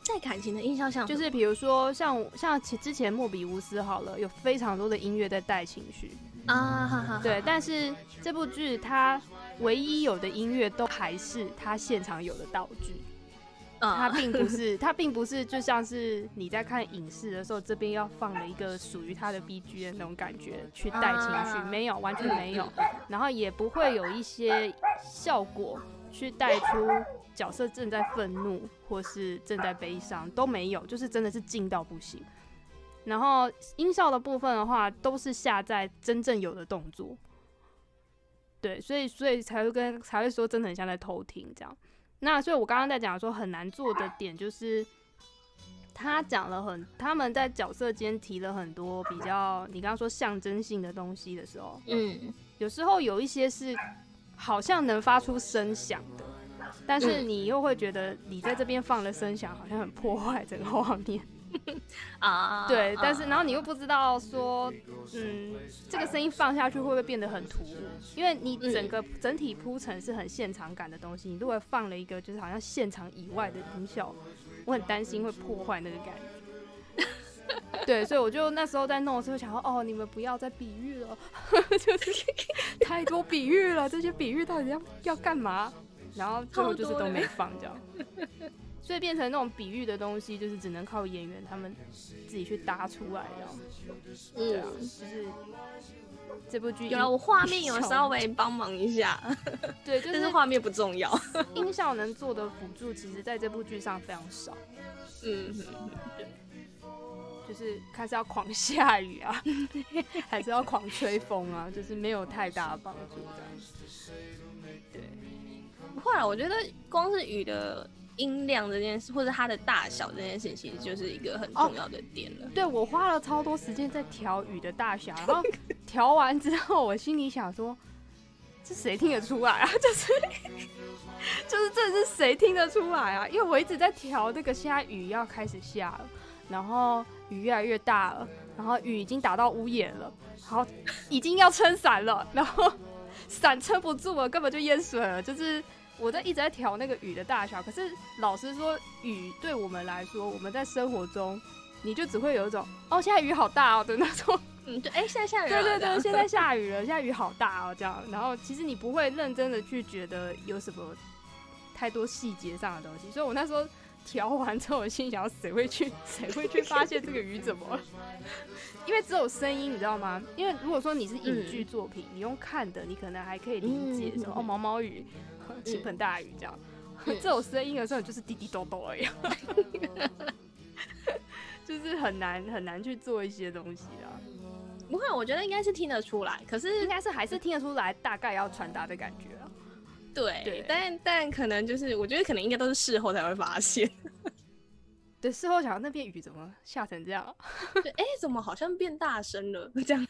S3: 在感情的印象上，
S1: 就是比如说像像其之前莫比乌斯好了，有非常多的音乐在带情绪，
S3: 啊，哈哈，
S1: 对，但是这部剧它唯一有的音乐都还是它现场有的道具，它
S3: 啊，
S1: 并不是 [laughs] 它并不是就像是你在看影视的时候，这边要放了一个属于它的 BGM 那种感觉去带情绪
S3: 啊，
S1: 没有，完全没有，然后也不会有一些效果去带出角色正在愤怒或是正在悲伤都没有，就是真的是静到不行。然后音效的部分的话，都是下在真正有的动作，对，所以所以才会跟才会说真的很像在偷听这样。那所以我刚刚在讲说很难做的点就是。他讲了很，他们在角色间提了很多比较你刚刚说象征性的东西的时候，
S3: 嗯，
S1: 有时候有一些是好像能发出声响的，但是你又会觉得你在这边放了声响，好像很破坏整个画面。
S3: 啊，
S1: 对，
S3: 啊
S1: 但是然后你又不知道说，嗯，这个声音放下去会不会变得很突兀？因为你
S3: 嗯
S1: 整个整体铺陈是很现场感的东西，你如果放了一个就是好像现场以外的音效，我很担心会破坏那个感觉。 [laughs] 对，所以我就那时候在弄的时候想说，哦，你们不要再比喻了， [laughs] 就是太多比喻了，这些比喻到底要要干嘛？然后最后就是都没放这样， [laughs] 所以变成那种比喻的东西，就是只能靠演员他们自己去搭出来这样。对啊，
S3: 嗯，
S1: 就是这部剧
S3: 有啊了，我画面有稍微帮忙一 [laughs] 下，
S1: 对，就
S3: 但是
S1: 是
S3: 画面不重要，
S1: 音效能做的辅助，其实在这部剧上非常少，
S3: 嗯，
S1: 就是看是要狂下雨啊， [laughs] 还是要狂吹风啊，就是没有太大的帮助这样。对，
S3: 不会啦，我觉得光是雨的音量这件事，或者它的大小这件事情，其实就是一个很重要的点了。
S1: 对我花了超多时间在调雨的大小，然后调完之后，我心里想说，这谁听得出来啊？ [laughs] 就是就是这是谁听得出来啊？因为我一直在调那个，现在雨要开始下了，然后雨越来越大了，然后雨已经打到屋檐了，然后已经要撑伞了，然后伞撑不住了，根本就淹水了，就是。我在一直在调那个雨的大小，可是老实说，雨对我们来说，我们在生活中你就只会有一种哦，现在雨好大哦的那种。
S3: 嗯，对，哎，现在下雨
S1: 对
S3: 了，
S1: 对
S3: 这
S1: 对，
S3: 样
S1: 现在下雨了，现 [laughs] 在雨好大哦，这样。然后其实你不会认真的去觉得有什么太多细节上的东西，所以我那时候调完之后，我心里想，谁会去 [laughs] 谁会去发现这个雨怎么了？ [laughs] 因为只有声音，你知道吗？因为如果说你是影剧作品，你用看的，你可能还可以理解
S3: 嗯
S1: 说、哦毛毛雨、 [laughs] 倾盆大雨这样。
S3: 嗯
S1: [laughs] 这种声音的时候，你就是滴滴咚咚而已， [laughs] 就是很难很难去做一些东西啊。
S3: [laughs] 不会，我觉得应该是听得出来，可
S1: 应
S3: 是
S1: 该是还是听得出来大概要传达的感觉啊。
S3: 对
S1: 对
S3: 但但可能就是，我觉得可能应该都是事后才会发现。
S1: 对，事后想那边雨怎么下成这样，
S3: [laughs]
S1: 啊
S3: 对，哎、怎么好像变大声了？ [laughs] 这样，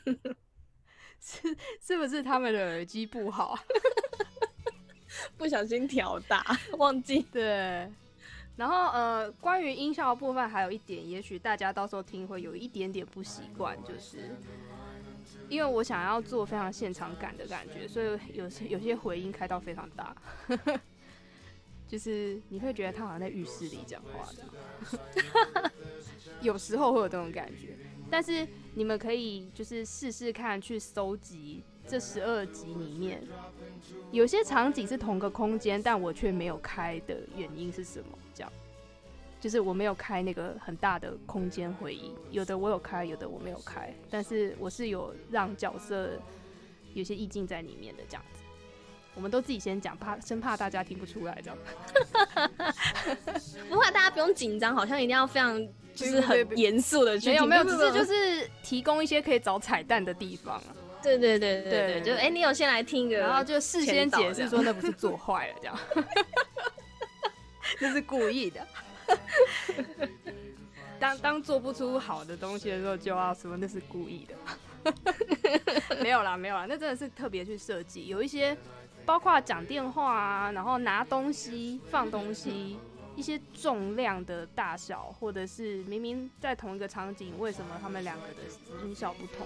S1: [laughs] 是是不是他们的耳机不好？
S3: 不小心调大， [laughs] 忘记。
S1: 对。然后呃，关于音效的部分还有一点，也许大家到时候听会有一点点不习惯，就是因为我想要做非常现场感的感觉，所以有些有些回音开到非常大， [laughs] 就是你会觉得他好像在浴室里讲话这样， [laughs] 有时候会有这种感觉。但是你们可以就是试试看，去搜集这十二集里面有些场景是同个空间，但我却没有开的原因是什么？这样，就是我没有开那个很大的空间回忆，有的我有开，有的我没有开，但是我是有让角色有些意境在里面的这样子。我们都自己先讲，怕生怕大家听不出来，这样。
S3: 不过大家不用紧张，好像一定要非常就是
S1: 对对对
S3: 很严肃的去
S1: 没有
S3: 听
S1: 没有，只是就
S3: 不
S1: 是提供一些可以找彩蛋的地方啊，
S3: 不对对对对对，
S1: 对
S3: 就哎、你有先来听一个，
S1: 然后就事先解释
S3: 前导
S1: 说那不是做坏了这样， [laughs] 那是故意的。 [laughs] 当当做不出好的东西的时候，就要说那是故意的。 [laughs] 没有啦，没有啦，那真的是特别去设计，有一些包括讲电话啊，然后拿东西、放东西，一些重量的大小，或者是明明在同一个场景，为什么他们两个的音效不同，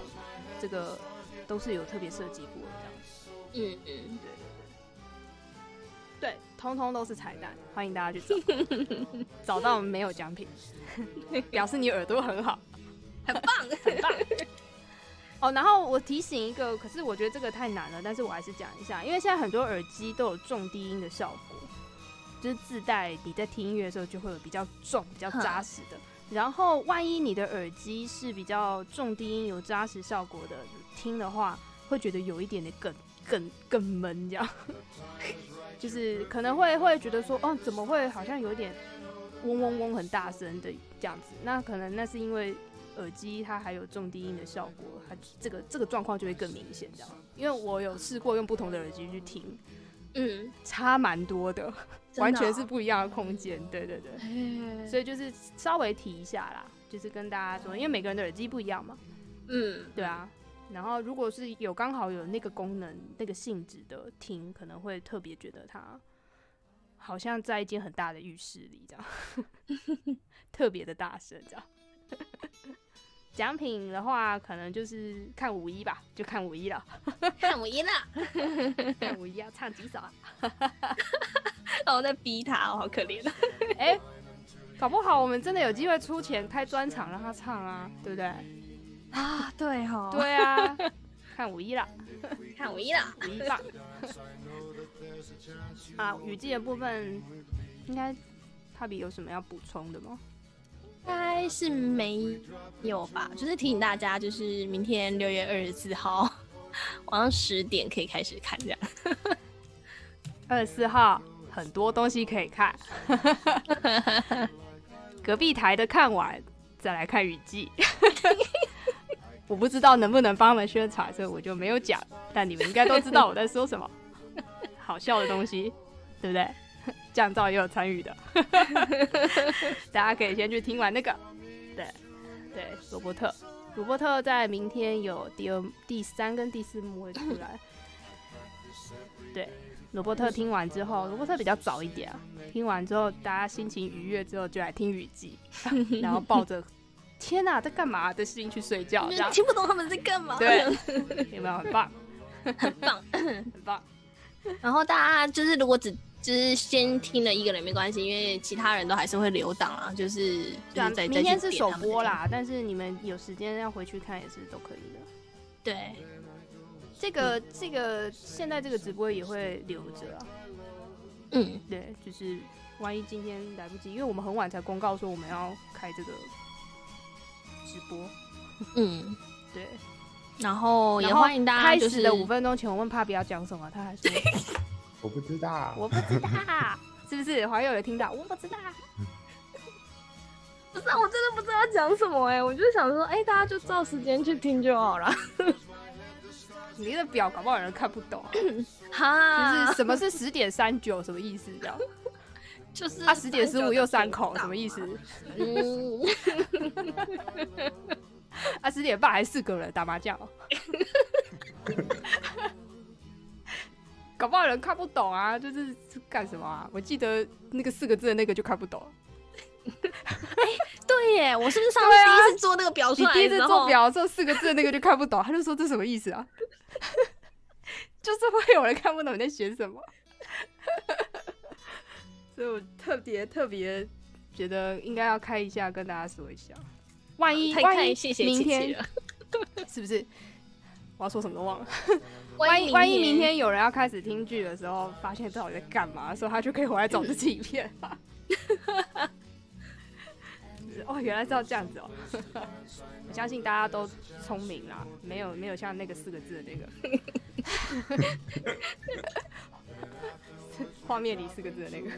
S1: 这个都是有特别设计过的这样。
S3: 嗯嗯，
S1: 对，通通都是彩蛋，欢迎大家去找，找到没有奖品，表示你耳朵很好，
S3: 很棒，
S1: 很棒。哦，然后我提醒一个，可是我觉得这个太难了，但是我还是讲一下，因为现在很多耳机都有重低音的效果，就是自带你在听音乐的时候就会有比较重、比较扎实的。然后万一你的耳机是比较重低音有扎实效果的，听的话会觉得有一点点梗梗梗闷这样。 [laughs] 就是可能会会觉得说，哦，怎么会好像有点嗡嗡嗡很大声的这样子？那可能那是因为耳机它还有重低音的效果，它这个这个状况就会更明显这样。因为我有试过用不同的耳机去听，
S3: 嗯，
S1: 差蛮多的，
S3: 真的
S1: 完全
S3: 哦
S1: 是不一样的空间。对对对，
S3: 哎
S1: 所以就是稍微提一下啦，就是跟大家说，因为每个人的耳机不一样嘛，
S3: 嗯，
S1: 对啊。然后如果是有刚好有那个功能、那个性质的听，可能会特别觉得它好像在一间很大的浴室里这样， [laughs] 特别的大声这样。奖品的话，可能就是看五一吧，就看五一了，
S3: 看我赢了，
S1: 看五一要唱几首啊？
S3: 然后在逼他，哦，好可怜啊，
S1: 哎、搞不好我们真的有机会出钱开专场让他唱啊，对不对？
S3: 啊，对哈、
S1: 对啊， [laughs] 看五一了。
S3: 对，看我赢了，
S1: 五一棒。啊，雨季的部分应该帕比有什么要补充的吗？
S3: 应该是没有吧，就是提醒大家，就是明天六月二十四号晚上十点可以开始看这样。
S1: 二十四号很多东西可以看， [laughs] 隔壁台的看完再来看雨季。 [laughs] 我不知道能不能帮他们宣传，所以我就没有讲。但你们应该都知道我在说什么， [laughs] 好笑的东西，对不对？降噪也有参与的， [laughs] 大家可以先去听完那个。对，对，罗伯特，罗伯特在明天有第二、第三跟第四幕会出来。对，罗伯特听完之后，罗伯特比较早一点啊。听完之后，大家心情愉悦之后，就来听雨季，然后抱着 [laughs] “天哪、在干嘛”的心去睡觉，这
S3: 就
S1: 样
S3: 是听不懂他们在干嘛。
S1: 对， [laughs] 有没有很棒？
S3: 很棒。
S1: [laughs] 很棒。
S3: 然后大家就是如果只就是先听了一个人没关系，因为其他人都还是会留档啊，就是
S1: 对啊
S3: 就是再，
S1: 明天
S3: 再
S1: 是
S3: 去点
S1: 首
S3: 他们的
S1: 播啦，但是你们有时间要回去看也是都可以的。
S3: 这样。对，
S1: 这
S3: 嗯
S1: 个这个现在这个直播也会留着啊，
S3: 嗯，
S1: 对，就是万一今天来不及，因为我们很晚才公告说我们要开这个直播，
S3: 嗯，
S1: 对，
S3: 然后也
S1: 然后
S3: 欢迎大家
S1: 开
S3: 就
S1: 始
S3: 是
S1: 的五分钟前，我问帕比要讲什么，他
S3: [laughs]
S1: 还说
S2: 我不知道，
S1: 我不知道，是不是？黄友有听到？我不知道，
S3: 不是啊，我真的不知道讲什
S1: 欸
S3: 么哎、我就想说，哎、大家就照时间去听就好了。
S1: [laughs] 你的表搞不好有人看不懂啊、
S3: 哈，
S1: 就是什么是十点三九，什么意思？这样
S3: 就是
S1: 他啊十点十五又三口，什
S3: 反正
S1: 么
S3: 就
S1: 意思？
S3: 嗯，
S1: 啊，十点半还四个人打麻将哦， [laughs] 搞不好有人看不懂啊，就是是干什么啊？我记得那个四个字的那个就看不懂，
S3: 对耶，我是不是上
S1: 对
S3: 次
S1: 啊
S3: 第一次做那个表出
S1: 你
S3: 来
S1: 第一
S3: 的
S1: 次
S3: 时
S1: 做
S3: 候，
S1: 表的时候四个字的那个就看不懂，他就说这什么意思啊？ [laughs] 就是会有人看不懂你在写什么，所以我特别特别觉得应该要开一下跟大家说一下，万一
S3: 太
S1: 万
S3: 太
S1: 一
S3: 谢谢
S1: 明
S3: 琪琪
S1: 天
S3: 了。
S1: 是不是？我要说什么都忘了。
S3: 万
S1: 万一万一明天有人要开始听剧的时候，发现到底在干嘛的时候，他就可以回来找自己影片了。就是 [laughs] 哦，原来是要这样子哦！ [laughs] 我相信大家都聪明啦，没有没有像那个四个字的那个画面里四个字的那个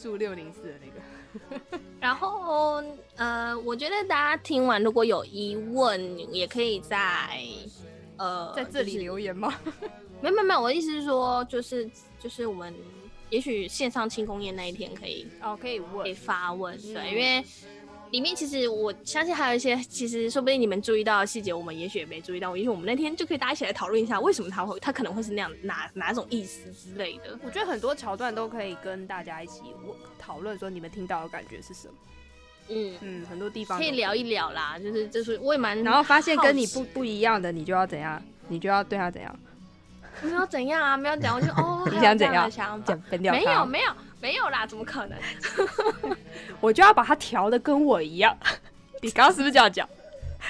S1: 住六零四的那个。
S3: 然后呃，我觉得大家听完如果有疑问，也可以在呃
S1: 在这里
S3: 就是
S1: 留言吗？
S3: 没有没有没有，我的意思是说，就是就是我们也许线上庆功宴那一天可以
S1: 哦，可以
S3: 可
S1: [laughs]
S3: 以
S1: 问，
S3: 发问，
S1: 嗯
S3: 对，因为里面其实我相信还有一些，其实说不定你们注意到的细节，我们也许也没注意到，也许我们那天就可以大家一起来讨论一下，为什么他会他可能会是那样哪哪种意思之类的。
S1: 我觉得很多桥段都可以跟大家一起问讨论，说你们听到的感觉是什么。
S3: 嗯，
S1: 嗯，很多地方
S3: 可以
S1: 都
S3: 聊一聊啦，就是就是我也蛮，
S1: 然后发现跟你
S3: 好
S1: 不不一样的，你就要怎样，你就要对他怎样，
S3: 奇没有怎样啊，没有怎样，我就哦，
S1: [laughs] 你
S3: 还有
S1: 想怎
S3: 这样
S1: 样
S3: 的想法
S1: 讲。分掉他。
S3: 没有，没有没有啦，怎么可能？
S1: 我就要把他调的跟我一样。 [laughs] 你刚刚是不是这样讲？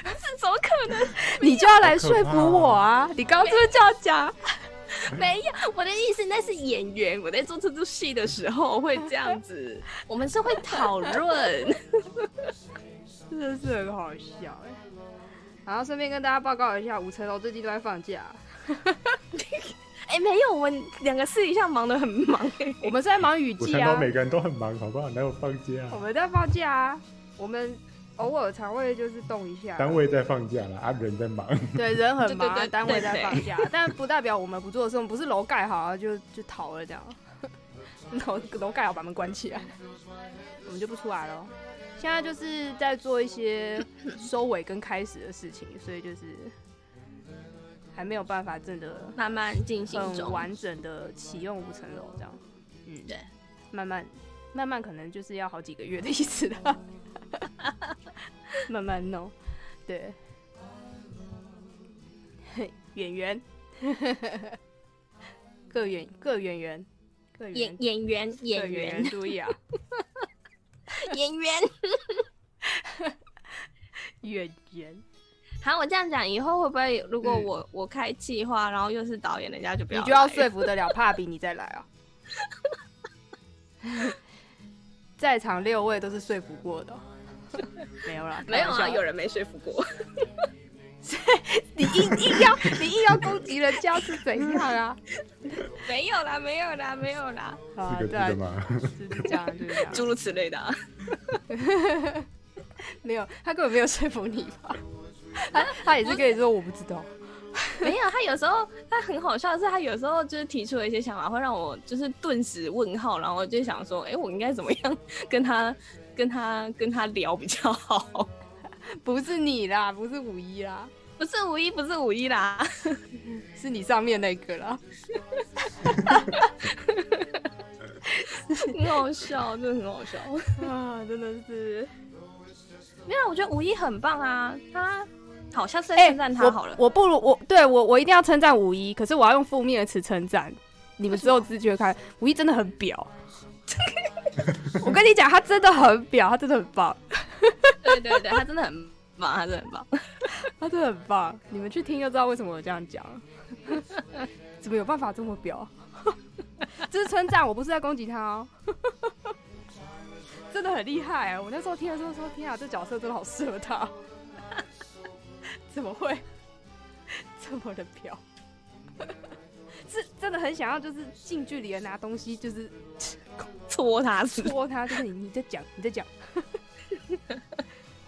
S3: 这怎么可能？
S1: 你就要来
S2: 好
S1: 说
S2: 可怕哦
S1: 服我啊！你刚刚是不是这样讲？
S3: 没有，我的意思那是演员，我在做这出戏的时候会这
S1: [laughs]
S3: 样子，我们是会讨论。
S1: 真的是很好笑哎、然后顺便跟大家报告一下，五层楼最近都在放假。
S3: 哎、没有，我们两个私底下忙得很忙、哎
S1: 我们是在忙雨
S2: 我
S1: 季
S2: 看
S1: 啊
S2: 到，每个人都很忙，好不好？哪有放假
S1: 我
S2: 啊？
S1: 们在放假啊，我们偶尔才会就是动一下。
S2: 单位在放假了，啊，人在忙。
S3: [laughs]
S1: 对，人很
S3: 对
S1: 忙
S3: 对
S1: 啊，
S3: 对
S1: 单位
S3: 对
S1: 在
S3: 对
S1: 放假，
S3: [laughs]
S1: 但不代表我们不做事，我们不是楼盖好啊就就逃了这样， [laughs] 楼楼盖好把门关起来，我们就不出来了。现在就是在做一
S3: [laughs]
S1: 些收尾跟开始的事情，所以就是还没有办法真的
S3: [laughs] 慢慢进行
S1: 很
S3: 中。嗯
S1: 完整的启用五层楼这样，嗯，
S3: 对，
S1: 慢慢慢慢可能就是要好几个月的意思了， [laughs] 慢慢弄，对，嘿演员， [laughs] 各演各演员，各
S3: 演
S1: 演
S3: 演员，
S1: 各
S3: 演
S1: 演
S3: 员，
S1: 注意啊，
S3: [laughs] 演员。
S1: 演员，
S3: 好，我这样讲，以后会不会如果我、我开企划，然后又是导演，人嗯家就不
S1: 你
S3: 要
S1: 就要
S3: 睡。
S1: 说服得了帕比你再来啊。 [laughs] 在场六位都是说服过
S3: [laughs]
S1: 的哦，没有啦，
S3: [laughs] 没有
S1: 开
S3: 啊，
S1: 玩笑
S3: 有人没说服过。
S1: 你硬硬要你硬要攻击人家是怎样啊？
S3: [laughs] 没有啦，没有啦，没有啦，
S1: 好啊
S2: 四个字
S1: 对啊
S2: 的嘛，
S1: 就是这样，就是这样。
S3: [laughs] 诸如此类的、啊。
S1: 没有，他根本没有说服你吧？ [laughs] 他他也是跟你说我不知道，
S3: [laughs] 没有，他有时候他很好笑，是他有时候就是提出了一些想法，会让我就是顿时问号，然后我就想说，哎、我应该怎么样跟他、跟他、跟他聊比较好？ [laughs]
S1: 不是你啦，不是五一啦，
S3: 不是五一，不是五一啦，
S1: 是你上面那个啦。 [laughs]
S3: 很好笑，真的很好笑。
S1: [laughs] 啊，真的是，
S3: [laughs] 没有，我觉得五一很棒啊，他好，下次再
S1: 哎、
S3: 称赞他好了。 [laughs]
S1: 我，我不如我对我我一定要称赞五一，可是我要用负面的词称赞。你们只有自觉看，五一真的很表。 [laughs] 我跟你讲，他真的很表，他真的很棒，
S3: 对对对，他真的很棒，他真的很棒。
S1: [laughs] 他真的很棒。你们去听就知道为什么我这样讲 [laughs] 了。怎么有办法这么表？ [laughs] 这是称赞，我不是在攻击他哦。 [laughs] 真的很厉害啊！我那时候听的时候说：“天啊，这角色真的好适合他。” [laughs] 怎么会 [laughs] 这么的表？ [laughs] 是真的很想要，就是近距离的拿东西，就是
S3: 戳他是不是
S1: 戳他，就是你你在讲，你在讲，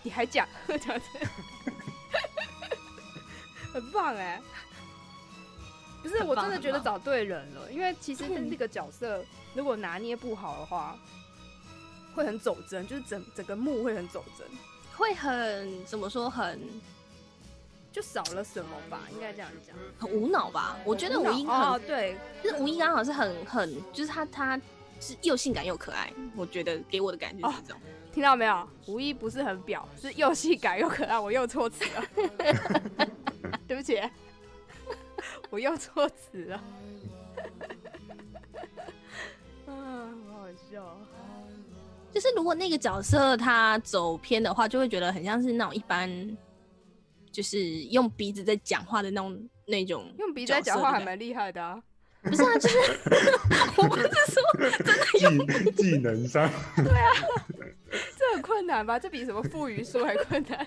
S1: 你还讲， [laughs] 这样子，很棒哎、不是，
S3: 很棒
S1: 我真的觉得
S3: 很棒
S1: 找对人了，因为其实那个角色，如果拿捏不好的话，会很走针，就是整整个幕会很走针，
S3: [laughs] 会很怎么说很
S1: 就少了什么吧，应该这样讲。
S3: 很无脑吧？我觉得
S1: 无
S3: 吴
S1: 脑
S3: 英
S1: 哦
S3: 很，，
S1: 对，
S3: 就是吴英刚好是很很，就是他他是又性感又可爱，我觉得给我的感觉是这种。
S1: 听到没有？吴一不是很表，是又性感又可爱，我又错词了， [laughs] 对不起， [laughs] 我又错词 [laughs] 了。嗯，好好笑哦。
S3: 就是如果那个角色他走偏的话，就会觉得很像是那种一般，就是用鼻子在讲话的那种那种角色。
S1: 用鼻子在讲话还
S3: 对不对
S1: 蛮厉害的 [laughs] 啊。
S3: 不是啊，就是
S1: [laughs]
S3: 我不是说
S2: 技 [laughs] 技能上，
S1: 这很困难吧？这比什么腹语术还困 [laughs] 难。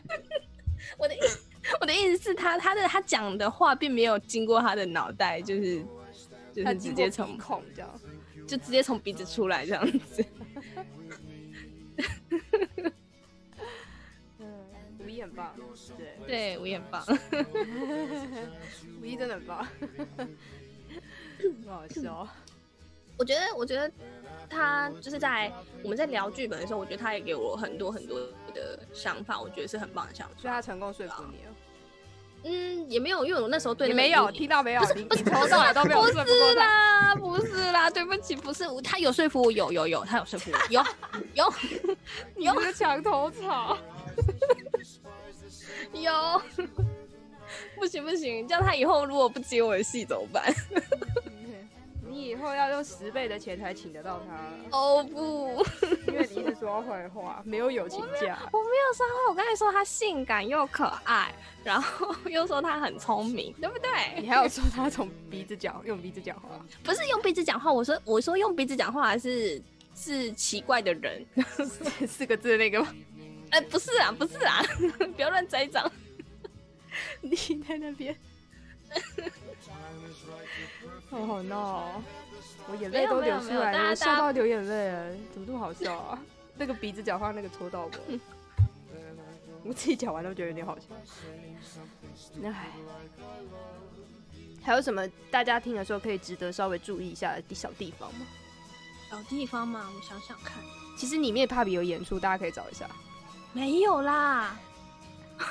S3: 我的意思，我的意思是他他的他讲的话并没有经过他的脑袋，就是就
S1: 他
S3: 是直
S1: 经
S3: 接
S1: 过
S3: 从
S1: 鼻孔这样。
S3: 就直接从鼻子出来这样子。
S1: 嗯，吴一很棒，对，
S3: 对，我也很棒。 [laughs]
S1: 吴一真的很棒，不 [laughs] 好笑哦。
S3: 我觉得，我觉得他就是在我们在聊剧本的时候，我觉得他也给我很多很多的想法，我觉得是很棒的想
S1: [laughs] 所以
S3: 法。
S1: 他成功说服你了。
S3: 嗯，也没有，因为我那时候对
S1: 你
S3: 那个
S1: 没有
S3: 阴影
S1: 听到没有？ [laughs] 你
S3: 不是
S1: 你从头到尾都没有
S3: 不
S1: 说服过
S3: 是
S1: 他。
S3: 啦，不是啦，对不起，不是我他有说服我，有有有，他有说服我，有有
S1: 你是墙头草，
S3: 有， [laughs] 不行不行，这样他以后如果不接我的戏怎么办？
S1: [laughs]
S3: [laughs]
S1: 你以后要用十倍的钱才请得到他了，
S3: 哦不，
S1: 因为你一直说坏话，没有友情价。
S3: 我没有说他，我刚才说他性感又可爱，然后又说他很聪明，对不
S1: 你
S3: 对？
S1: 还有说他从鼻子讲，用鼻子讲话，
S3: 不是用鼻子讲话，我说我说用鼻子讲话还是是奇怪的人， [laughs]
S1: 四个字的那个吗？
S3: 哎、不是啊，不是啊， [laughs] 不要乱栽赃。
S1: 你在那边。哦、no！我眼泪都流出
S3: 没有没有没有
S1: 来
S3: 大家
S1: 了，我
S3: 大
S1: 笑
S3: 家
S1: 到流眼泪了，怎么这么好笑啊？ [laughs] 那个鼻子讲话那个戳到我， [laughs] 我自己讲完都觉得有点好笑。唉，还有什么大家听的时候可以值得稍微注意一下的小地方吗？
S3: 小地方嘛，我想想看，
S1: 其实里面帕比有演出，大家可以找一下。
S3: 没有啦。 [laughs]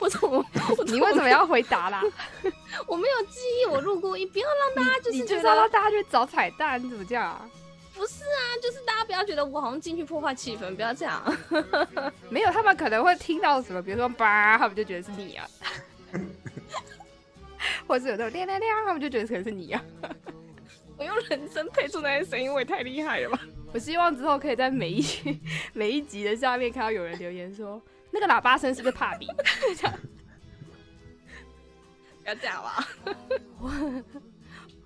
S3: 我怎么我
S1: [laughs] 你为什么要回答啦？
S3: 我没有记忆，我路过一，不要让大家就
S1: 你 [laughs]
S3: 是
S1: 就
S3: 觉
S1: 是要
S3: 得
S1: 让大家去找彩蛋，你怎么这样啊？
S3: 不是啊，就是大家不要觉得我好像进去破坏气氛，不要这样。 [laughs]
S1: 没有，他们可能会听到什么，比如说吧，他们就觉得是你
S3: [laughs]
S1: 啊，或者是有那种亮亮亮，他们就觉得可能是你啊。
S3: 我用人声配出那些声音，我也太厉害了吧？ [laughs]
S1: 我希望之后可以在每一每一集 [laughs] 的下面看到有人留言说，那个喇叭声是不是帕比？ [laughs]
S3: 不要这样吧。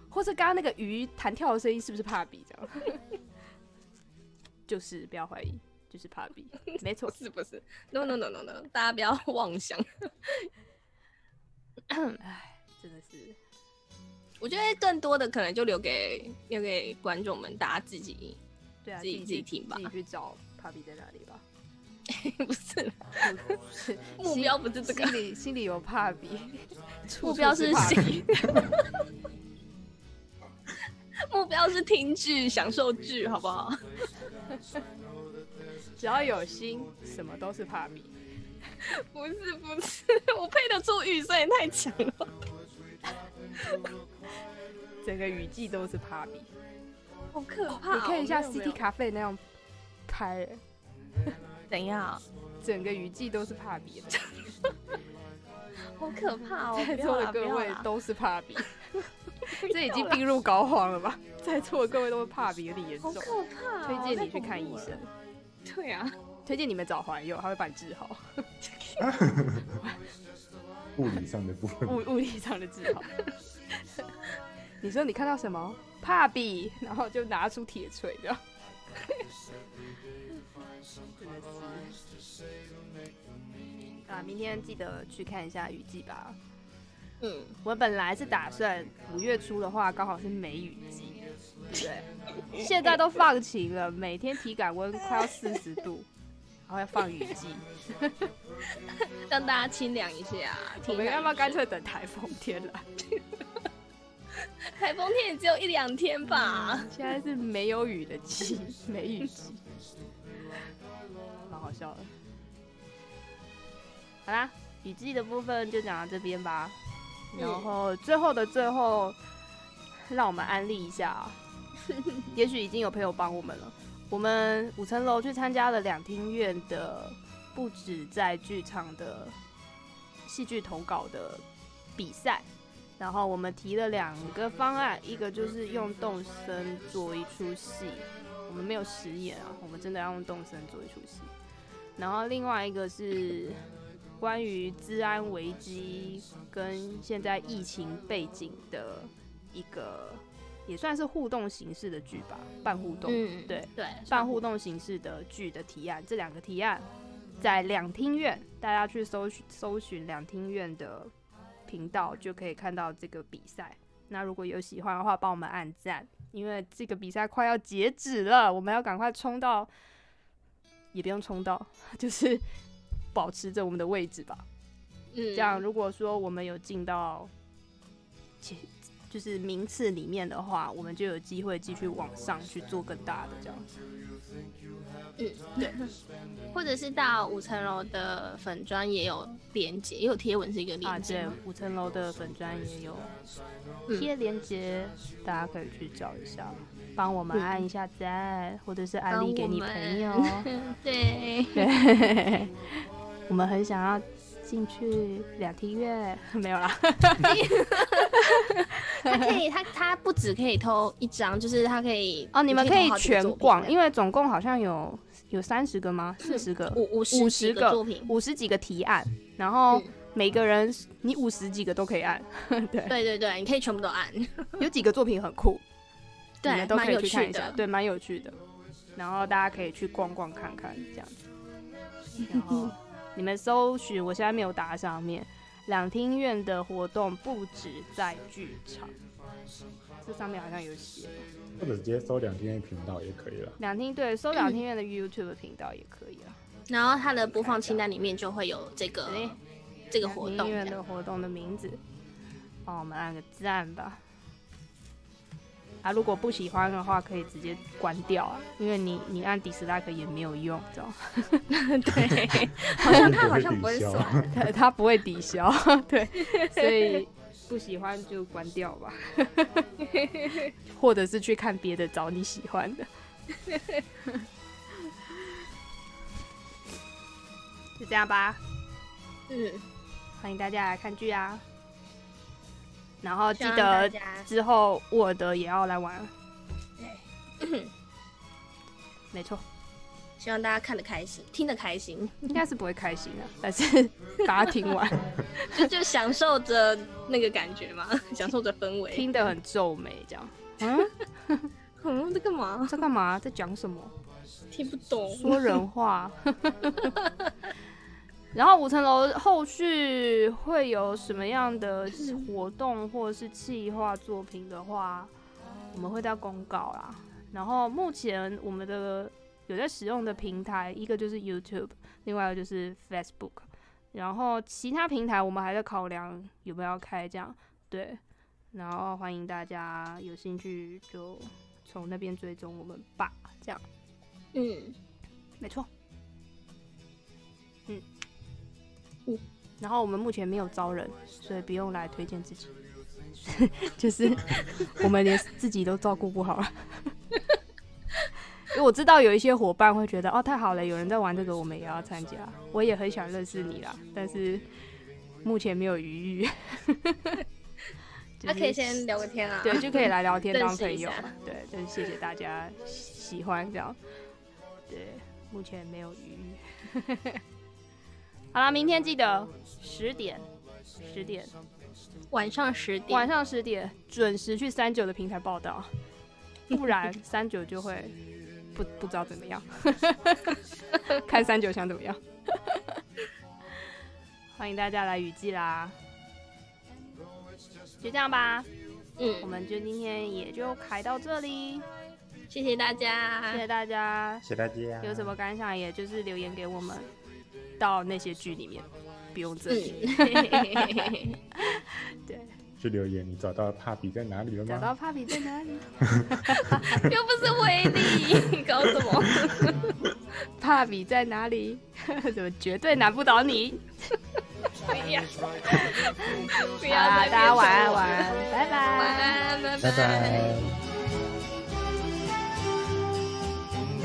S1: 或是刚刚那个鱼弹跳的声音是不是帕比？这样， [laughs] 就是不要怀疑，就是帕比，没错
S3: 不。是不是，no no no no no，大家不要妄想。 [laughs]
S1: 唉，真的是
S3: 我觉得更多的可能就留给留给观众们，大家自己 [laughs]
S1: 对啊，
S3: 自己
S1: 去
S3: 自己听吧
S1: 自己去找帕比在哪里吧。
S3: 不是啦
S1: 是
S3: [laughs] 目标不是这个
S1: 心里心里有帕比，
S3: [laughs] 目标是
S1: 处处
S3: 心
S1: 帕比，
S3: [laughs] 目标是听剧享受剧，好
S1: [laughs]
S3: 不好？
S1: 只要有心，什么都是帕比。
S3: 不是不是， [laughs] 我配得出雨声也太强了。
S1: 整个雨季都是帕比。
S3: 好可怕、哦
S1: 你看一下
S3: 我啊没有
S1: City 咖啡那样拍，欸
S3: 怎样？
S1: 整个雨季都是帕比，
S3: 好可怕哦！
S1: [laughs] 在
S3: 不要
S1: 座
S3: 啦
S1: 的各位，
S3: 不要啦
S1: 都是帕
S3: [laughs]
S1: 比。这已经病入膏肓了吧？在座的各位都是帕比，有点严
S3: 好
S1: 重。
S3: 可怕、哦！
S1: 推荐你去
S3: 太恐怖
S1: 看医生
S3: 了。，对啊，
S1: 推荐你们找怀幼，他会把你治好，
S2: 物理上的部分
S1: [laughs] 物物理上的治好。 [laughs] 你说你看到什么？帕比，然后就拿出铁锤这样。真的是 [laughs] 啊，明天记得去看一下雨季吧。
S3: 嗯，
S1: 我本来是打算五月初的话，刚好是梅雨季， [laughs] 对不对？现在都放晴了，每天体感温快要四十度，然后要放雨季。
S3: 让大家清凉一下。啊
S1: 我
S3: 清
S1: 们
S3: 凉
S1: 要不要
S3: 一下
S1: 干脆等台风天来？
S3: 台风天也只有一两天吧。
S1: 现在是没有雨的季，梅雨季，蛮好笑的。好啦，雨季的部分就讲到这边吧。然
S3: 嗯
S1: 后最后的最后，让我们安利一下、啊，也许已经有朋友帮我们了。我们五层楼去参加了两厅院的，不止在剧场的戏剧投稿的比赛，然后我们提了两个方案，一个就是用动声做一出戏，我们没有实演啊，我们真的要用动声做一出戏。然后另外一个是关于治安危机跟现在疫情背景的一个，也算是互动形式的剧吧，半互动。
S3: 嗯，
S1: 对
S3: 对，
S1: 半互动形式的剧的提案，这两个提案在两厅院，大家去搜寻搜寻两厅院的频道就可以看到这个比赛。那如果有喜欢的话，帮我们按赞，因为这个比赛快要截止了，我们要赶快冲到，也不用冲到，就是保持着我们的位置吧。
S3: 嗯，
S1: 这样，如果说我们有进到前就是名次里面的话，我们就有机会继续往上去做更大的这样。
S3: 嗯，对，或者是到五层楼的粉砖也有连接，也有贴文是一个
S1: 啊，
S3: 连接
S1: 对
S3: 嘛。，
S1: 五层楼的粉砖也有
S3: 嗯
S1: 贴链接，大家可以去找一下，帮我们
S3: 嗯
S1: 按一下赞，或者是安
S3: 帮
S1: 利给
S3: 我
S1: 你
S3: 们 [laughs]
S1: 朋友。
S3: 对，
S1: 对，我们很想要进去两厅院，没有啦， [laughs]
S3: [laughs] 它可以，它它不止可以偷一张，就是它可以
S1: 哦，你们可
S3: 可
S1: 以全逛，因
S3: 为
S1: 为总共好像有有三十个吗？四十个？
S3: 五五
S1: 五
S3: 十
S1: 十
S3: 几
S1: 个
S3: 个作品，
S1: 五十几个提案，然后
S3: 嗯
S1: 每个人你五十几个都可以按，对，
S3: 对对对，你可以全部都按，
S1: 有几个作品很酷，你
S3: 对
S1: 们，都
S3: 蛮
S1: 可以
S3: 有
S1: 去看
S3: 趣
S1: 一下，
S3: 的。
S1: 对，蛮有趣的。然后大家可以去逛逛看看这样子。然后你们搜寻，我现在没有打上面，两厅院的活动不止在剧场，这上面好像有写。
S2: 或者直接搜两天的频道也可以了。
S1: 两厅对，搜两厅院的 YouTube 频道也可以啊。
S3: 然后它的播放清单里面就会有这个
S1: 对
S3: 哦这个活
S1: 两
S3: 动
S1: 厅院
S3: 这样。
S1: 的活动的名字，帮我们按个赞吧。啊，如果不喜欢的话，可以直接关掉啊，因为你你按 dislike 也没有用，知道吗？
S3: 对，好像它好像不
S2: 会
S3: 会
S2: 抵消
S3: 锁。
S1: [laughs]
S2: [laughs]
S1: 对它不会抵消，对，所以不喜欢就关掉吧， [laughs] 或者是去看别的找你喜欢的。 [laughs] 就这样吧，
S3: 嗯，
S1: 欢迎大家来看剧啊！然后记
S3: 希望大
S1: 得
S3: 家
S1: 之后沃尔德也要来玩，
S3: 嗯
S1: 没错，
S3: 希望大家看得开心，听得开心，
S1: 应该是不会开心的，但是 [laughs] 把它听完，
S3: [laughs] 就就享受着那个感觉嘛， [laughs] 享受着氛围。
S1: 听得很皱眉，这样。嗯，
S3: 嗯，在干嘛？
S1: 在干嘛？在讲什么？
S3: 听不懂。
S1: 说人话。 [laughs] 然后五层楼后续会有什么样的活动或者是企划作品的话，我们会再公告啦。然后目前我们的有在使用的平台，一个就是 YouTube，另外一个就是 Facebook，然后其他平台我们还在考量有没有要开这样，对。然后欢迎大家有兴趣就从那边追踪我们吧，这样。
S3: 嗯，
S1: 没错。嗯哦
S3: 嗯
S1: 然后我们目前没有招人，所以不用来推荐自己， [laughs]
S3: [laughs]
S1: 就是我们连自己都照顾不好了。 [laughs] 因为我知道有一些伙伴会觉得哦太好了，有人在玩这个，我们也要参加，我也很想认识你啦，但是目前没有余裕。 [laughs] 就
S3: 那可以
S1: 是
S3: 先聊个 [laughs] 天啊。
S1: 对，就可以来聊天
S3: 认
S1: 当
S3: 识
S1: 朋
S3: 一
S1: 友
S3: 下。
S1: 对，真是谢谢大家喜喜欢这样。对，目前没有余裕。 [laughs] 好啦，明天记得十点，十点
S3: 晚上十点，
S1: 晚上十点准时去三九的平台报道，不
S3: [laughs]
S1: 然三九就会不不知道怎么样， [laughs] 看三九想怎么样。 [laughs] 欢迎大家来雨季啦，就这样吧。我
S3: 嗯，
S1: 们就今天也就开到这里，
S3: 谢谢大家，
S1: 谢谢大啊家。
S2: 谢谢大家。
S1: 有什么感想，也就是留言给我们，到那些剧里面，不用这里。
S3: 嗯， [laughs]
S1: 对，
S2: 就去留言，你找到帕比在哪里了
S1: 找
S2: 吗？
S1: 到 Papi 在哪 [laughs] 里
S3: 又不是威力，搞什么？ [laughs]
S1: ？Papi 在哪里？ [laughs] 怎么绝对难不倒你？
S3: 不
S1: 好
S3: 要
S1: 啦，
S3: 再
S1: 大家晚
S3: 变
S1: 安，晚安，拜
S3: 成我晚
S1: 拜。
S3: 安，拜
S2: 拜拜。
S4: And